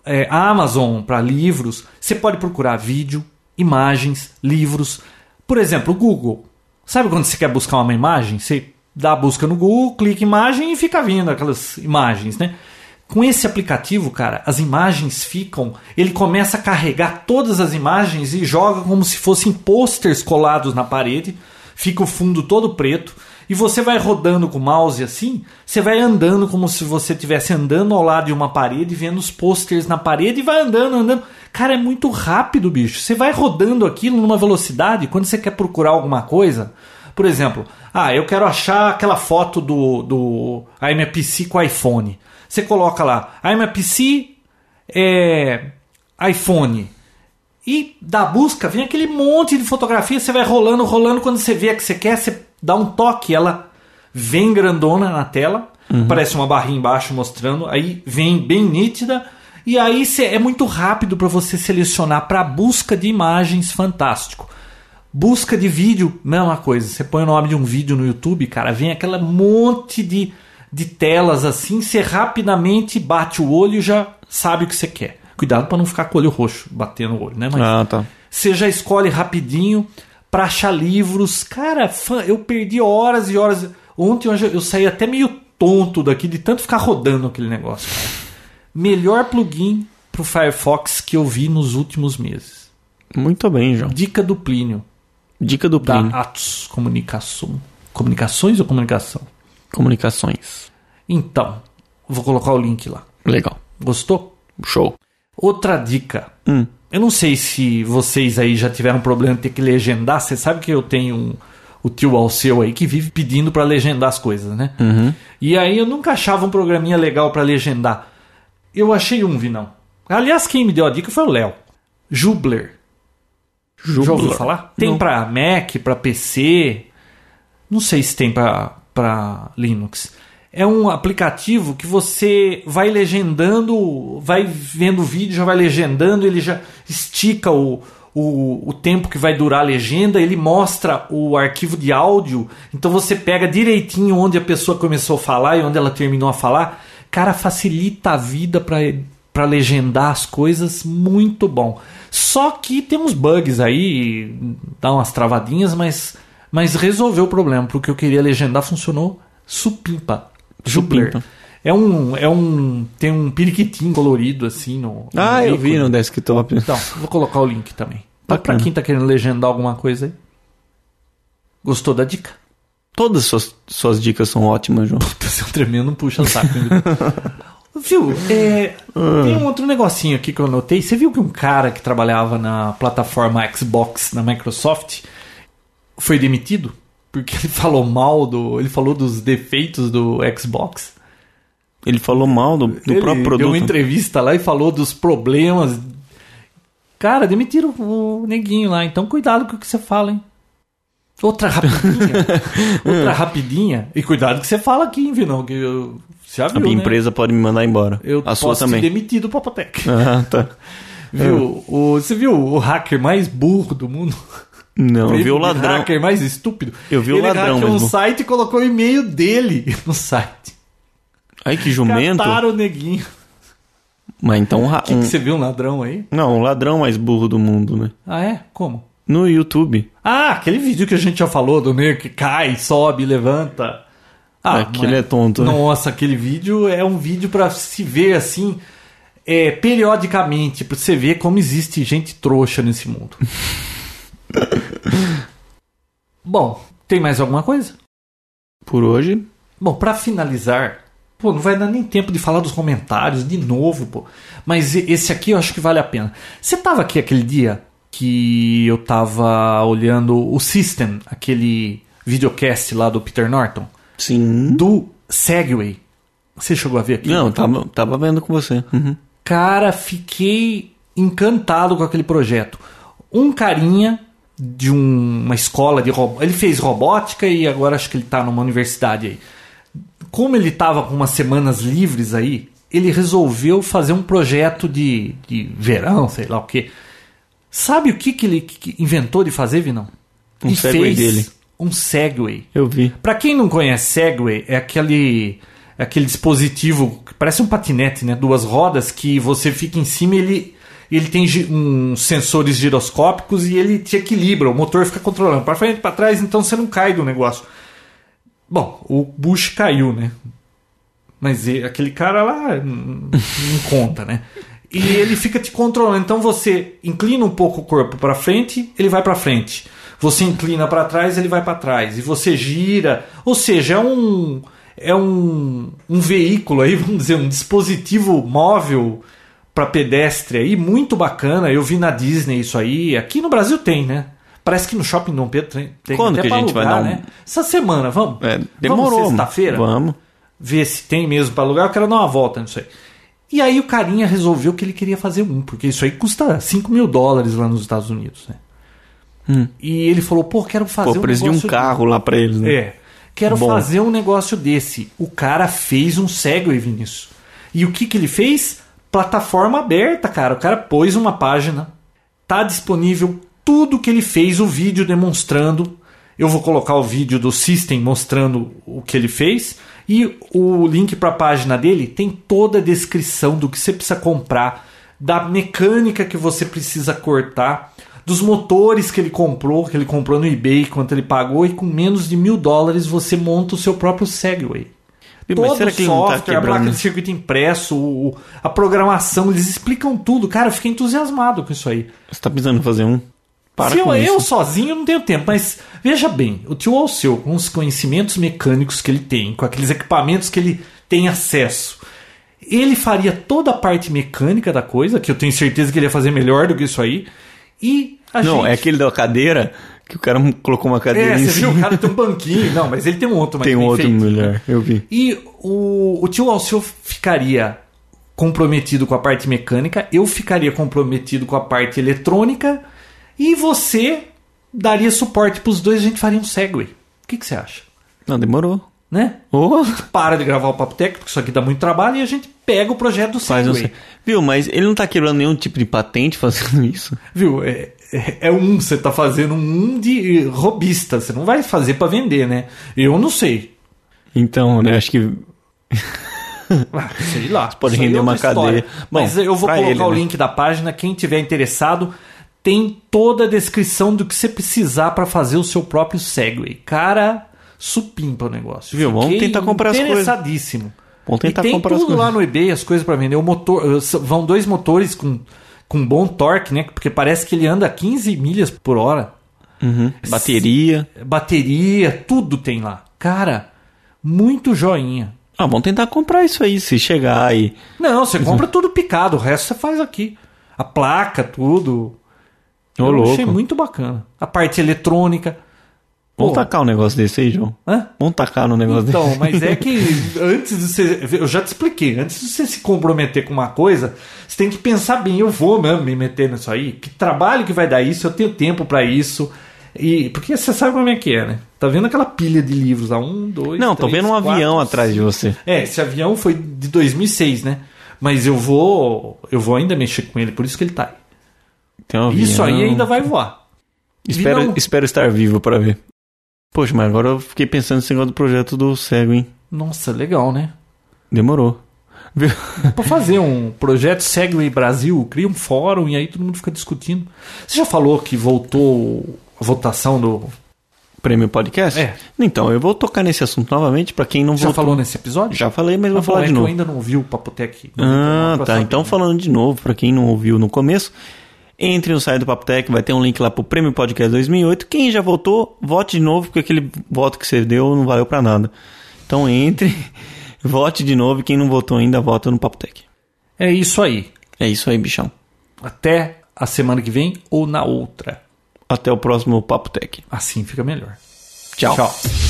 B: é, Amazon para livros. Você pode procurar vídeo, imagens, livros. Por exemplo, o Google. Sabe quando você quer buscar uma imagem? Você dá a busca no Google, clica em imagem e fica vindo aquelas imagens, né? Com esse aplicativo, cara, as imagens ficam. Ele começa a carregar todas as imagens e joga como se fossem posters colados na parede. Fica o fundo todo preto. E você vai rodando com o mouse assim, você vai andando como se você estivesse andando ao lado de uma parede, vendo os posters na parede e vai andando, andando. Cara, é muito rápido, bicho. Você vai rodando aquilo numa velocidade quando você quer procurar alguma coisa. Por exemplo, ah, eu quero achar aquela foto do, do IMPC com iPhone. Você coloca lá, IMPC é, iPhone. E da busca vem aquele monte de fotografia, você vai rolando, rolando, quando você vê a que você quer, você dá um toque, ela vem grandona na tela, parece uma barrinha embaixo mostrando, aí vem bem nítida, e aí cê- é muito rápido para você selecionar para busca de imagens, fantástico. Busca de vídeo, mesma coisa. Você põe o nome de um vídeo no YouTube, cara, vem aquela monte de, de telas assim, você rapidamente bate o olho e já sabe o que você quer. Cuidado para não ficar com o olho roxo batendo o olho, né? Mas
A: Ah, tá.
B: você já escolhe rapidinho pra achar livros. Cara, fã, eu perdi horas e horas. Ontem eu, já- eu saí até meio tonto daqui de tanto ficar rodando aquele negócio. cara. Melhor plugin pro Firefox que eu vi nos últimos meses.
A: Muito bem, João.
B: Dica do Plínio,
A: Dica do
B: da
A: Plínio.
B: Atos Comunicação. Comunicações ou comunicação?
A: Comunicações.
B: Então, vou colocar o link lá.
A: Legal.
B: Gostou?
A: Show.
B: Outra dica.
A: Hum.
B: Eu não sei se vocês aí já tiveram problema de ter que legendar. Você sabe que eu tenho um- o tio Alceu aí que vive pedindo pra legendar as coisas, né?
A: Uhum.
B: E aí eu nunca achava um programinha legal pra legendar. Eu achei um, Vinão. Aliás, quem me deu a dica foi o Léo. Jubler. Já ouviu
A: Jugular.
B: falar? Tem
A: Não.
B: pra Mac, pra PC. Não sei se tem pra pra Linux. É um aplicativo que você vai legendando, vai vendo o vídeo, já vai legendando, ele já estica o, o, o tempo que vai durar a legenda, ele mostra o arquivo de áudio, então você pega direitinho onde a pessoa começou a falar e onde ela terminou a falar. Cara, facilita a vida pra para legendar as coisas, muito bom. Só que tem uns bugs aí, dá umas travadinhas, mas, mas resolveu o problema, porque eu queria legendar funcionou supimpa. Jubler.
A: Supimpa.
B: É um, é um. Tem um periquitinho colorido assim no. no
A: Ah, eu vi
B: ícone.
A: no desktop.
B: Então, vou colocar o link também. Então, pra
A: Bacana.
B: quem tá querendo legendar alguma coisa aí. Gostou da dica?
A: Todas as suas, suas dicas são ótimas, João.
B: Puta, seu tremendo puxa saco. hein, Vitor? viu? é, tem um outro negocinho aqui que eu notei. Você viu que um cara que trabalhava na plataforma Xbox na Microsoft foi demitido? Porque ele falou mal do. Ele falou dos defeitos do Xbox.
A: Ele falou mal do, do
B: Ele
A: próprio
B: Deu uma
A: produto. né?
B: entrevista lá e falou dos problemas. Cara, demitiram o neguinho lá, então cuidado com o que você fala, hein? Outra rapidinha. outra rapidinha. E cuidado com o que você fala aqui, hein, Vinão? Que eu, você já
A: A
B: viu,
A: minha
B: né?
A: empresa pode me mandar embora.
B: Eu
A: a sua
B: posso
A: também.
B: ser demitido do Papotec.
A: Ah, tá.
B: Viu? O, você viu o hacker mais burro do mundo?
A: Não, eu vi o ladrão.
B: hacker mais estúpido?
A: Eu vi o
B: Ele
A: ladrão
B: hackeou um
A: mesmo.
B: site e colocou o e-mail dele no site.
A: Ai, que jumento.
B: Cataram o neguinho.
A: Mas então um ra-
B: Que que
A: um-
B: você viu um ladrão aí?
A: Não, o ladrão mais burro do mundo, né?
B: Ah, é? Como?
A: No YouTube.
B: Ah, aquele vídeo que a gente já falou do nego que cai, sobe, levanta. Ah,
A: Aquele
B: mas-
A: é tonto, né?
B: Nossa, aquele vídeo é um vídeo pra se ver assim, é, periodicamente, pra você ver como existe gente trouxa nesse mundo. Bom, tem mais alguma coisa?
A: Por hoje.
B: Bom, pra finalizar, pô, não vai dar nem tempo de falar dos comentários de novo, pô. Mas e- esse aqui eu acho que vale a pena. Você tava aqui aquele dia que eu tava olhando o System, aquele videocast lá do Peter Norton,
A: Sim.
B: do Segway. Você chegou a ver aqui?
A: Não, tava, tava vendo com você. Uhum.
B: Cara, fiquei encantado com aquele projeto. Um carinha de um- uma escola de robótica. Ele fez robótica e agora acho que ele tá numa universidade aí. Como ele tava com umas semanas livres aí, ele resolveu fazer um projeto de, de verão, sei lá o quê. Sabe o que, que ele que- que inventou de fazer, Vinão?
A: Um
B: Ele
A: Segway dele.
B: Um Segway.
A: Eu vi.
B: Pra quem não conhece Segway, é aquele é aquele dispositivo que parece um patinete, né, duas rodas que você fica em cima, e ele ele tem gi- uns sensores giroscópicos e ele te equilibra, o motor fica controlando pra frente, pra trás, então você não cai do negócio. Bom, o Bush caiu, né? Mas e- aquele cara lá hum, não conta, né? E ele fica te controlando. Então você inclina um pouco o corpo para frente, ele vai para frente. Você inclina para trás, ele vai para trás. E você gira. Ou seja, é um é um, um veículo aí, vamos dizer, um dispositivo móvel para pedestre aí, muito bacana. Eu vi na Disney isso aí. Aqui no Brasil tem, né? Parece que no shopping Dom Pedro tem. tem
A: Quando que
B: até
A: a
B: pra
A: gente vai
B: alugar,
A: dar um-
B: né? Essa semana, vamos.
A: É,
B: Vamos
A: demorou.
B: sexta-feira?
A: Vamos.
B: ver se tem mesmo para alugar, eu quero dar uma volta nisso aí. E aí o carinha resolveu que ele queria fazer um, porque isso aí custa 5 mil dólares lá nos Estados Unidos, né?
A: Hum.
B: E ele falou, pô, quero fazer
A: Pô,
B: um
A: preso de um
B: negócio
A: carro lá pra eles, né?
B: é. Quero
A: Bom.
B: fazer um negócio desse. O cara fez um Segway, Vinícius. E o que, que ele fez? Plataforma aberta, cara. O cara pôs uma página. Tá disponível tudo que ele fez, o vídeo demonstrando. Eu vou colocar o vídeo do System mostrando o que ele fez. E o link para a página dele tem toda a descrição do que você precisa comprar, da mecânica que você precisa cortar dos motores que ele comprou, que ele comprou no eBay, quanto ele pagou, e com menos de mil dólares você monta o seu próprio Segway.
A: Mas
B: Todo
A: será
B: o
A: que ele não tá
B: software, a placa
A: quebrando?
B: de circuito impresso, o- o- a programação, eles explicam tudo. Cara, eu fiquei entusiasmado com isso aí.
A: Você tá precisando fazer um? Para
B: Se
A: com
B: eu,
A: isso.
B: eu sozinho não tenho tempo, mas veja bem, o tio Alceu, com os conhecimentos mecânicos que ele tem, com aqueles equipamentos que ele tem acesso, ele faria toda a parte mecânica da coisa, que eu tenho certeza que ele ia fazer melhor do que isso aí, e a
A: Não,
B: gente...
A: é aquele da cadeira que o cara colocou uma cadeira
B: É,
A: em
B: você viu,
A: cima.
B: o cara tem um banquinho. Não, mas ele tem um outro mais
A: Tem um
B: bem
A: outro
B: feito.
A: melhor, eu vi.
B: E o, o tio Alceu ficaria comprometido com a parte mecânica, eu ficaria comprometido com a parte eletrônica E você daria suporte pros dois, a gente faria um segue. O que, que você acha?
A: Não, demorou.
B: Né?
A: Ô,
B: Para de gravar o Papo Técnico, porque isso aqui dá muito trabalho, e a gente pega o projeto do
A: faz
B: Segway.
A: um... se- Viu, mas ele não tá quebrando nenhum tipo de patente fazendo isso.
B: Viu? É, é- é um, você tá fazendo um de robista. Você não vai fazer pra vender, né? Eu não sei.
A: Então, né, acho que...
B: Uhum. Ah, sei lá.
A: pode
B: Isso aí
A: render
B: é outra
A: uma cadeia. Bom,
B: Mas eu vou
A: pra
B: colocar
A: ele,
B: o
A: né?
B: link da página. Quem tiver interessado, tem toda a descrição do que você precisar pra fazer o seu próprio Segway. Cara, supimpa o negócio.
A: Viu? Vamos tentar comprar as coisas.
B: Interessadíssimo.
A: Vamos tentar
B: e tem
A: comprar as
B: tudo
A: coisas.
B: lá no eBay, as coisas pra vender. O motor, s- vão dois motores com, com bom torque, né? Porque parece que ele anda 15 milhas por hora.
A: Uhum. Bateria.
B: bateria, tudo tem lá. Cara, muito joinha.
A: Ah, vamos tentar comprar isso aí, se chegar aí.
B: Não, você compra tudo picado, o resto você faz aqui. A placa, tudo.
A: Ô,
B: Eu
A: louco.
B: achei muito bacana. A parte eletrônica.
A: Vamos
B: Pô,
A: tacar um negócio desse aí, João.
B: hã?
A: Vamos tacar no negócio
B: Então,
A: desse.
B: mas é que antes de você. Eu já te expliquei, antes de você se comprometer com uma coisa, você tem que pensar bem, eu vou mesmo me meter nisso aí. Que trabalho que vai dar isso, eu tenho tempo pra isso. E, porque você sabe como é que é, né? Tá vendo aquela pilha de livros lá? Um, dois,
A: Não, tô
B: três,
A: vendo um
B: quatro,
A: avião atrás de você.
B: É, esse avião foi de 2006, né? Mas eu vou, eu vou ainda mexer com ele, por isso que ele tá. aí.
A: Tem um
B: Isso aí
A: avião.
B: ainda vai um. voar.
A: Espero,
B: Virão.
A: espero estar vivo pra ver. Poxa, mas agora eu fiquei pensando nesse negócio do projeto do cego, hein?
B: Nossa, legal, né?
A: Demorou. Viu?
B: Pra fazer um projeto Segway Brasil, cria um fórum e aí todo mundo fica discutindo. Você já falou que voltou a votação do.
A: Prêmio Podcast?
B: É.
A: Então, eu vou tocar nesse assunto novamente pra quem não
B: Já
A: votou.
B: falou nesse episódio?
A: Já falei, mas
B: Ah,
A: vou
B: bom,
A: falar
B: é
A: de
B: que
A: novo.
B: Eu ainda não vi o Papotec.
A: Ah,
B: Pra
A: tá.
B: saber.
A: Então, falando de novo, pra quem não ouviu no começo, entre no site do Papo Tech, vai ter um link lá pro Prêmio Podcast 2008. Quem já votou, vote de novo, porque aquele voto que você deu não valeu pra nada. Então, entre, vote de novo. e Quem não votou ainda, vota no Papo Tech.
B: É isso aí.
A: É isso aí, bichão.
B: Até a semana que vem ou na outra.
A: Até o próximo Papo Tech.
B: Assim fica melhor.
A: Tchau.
B: Tchau.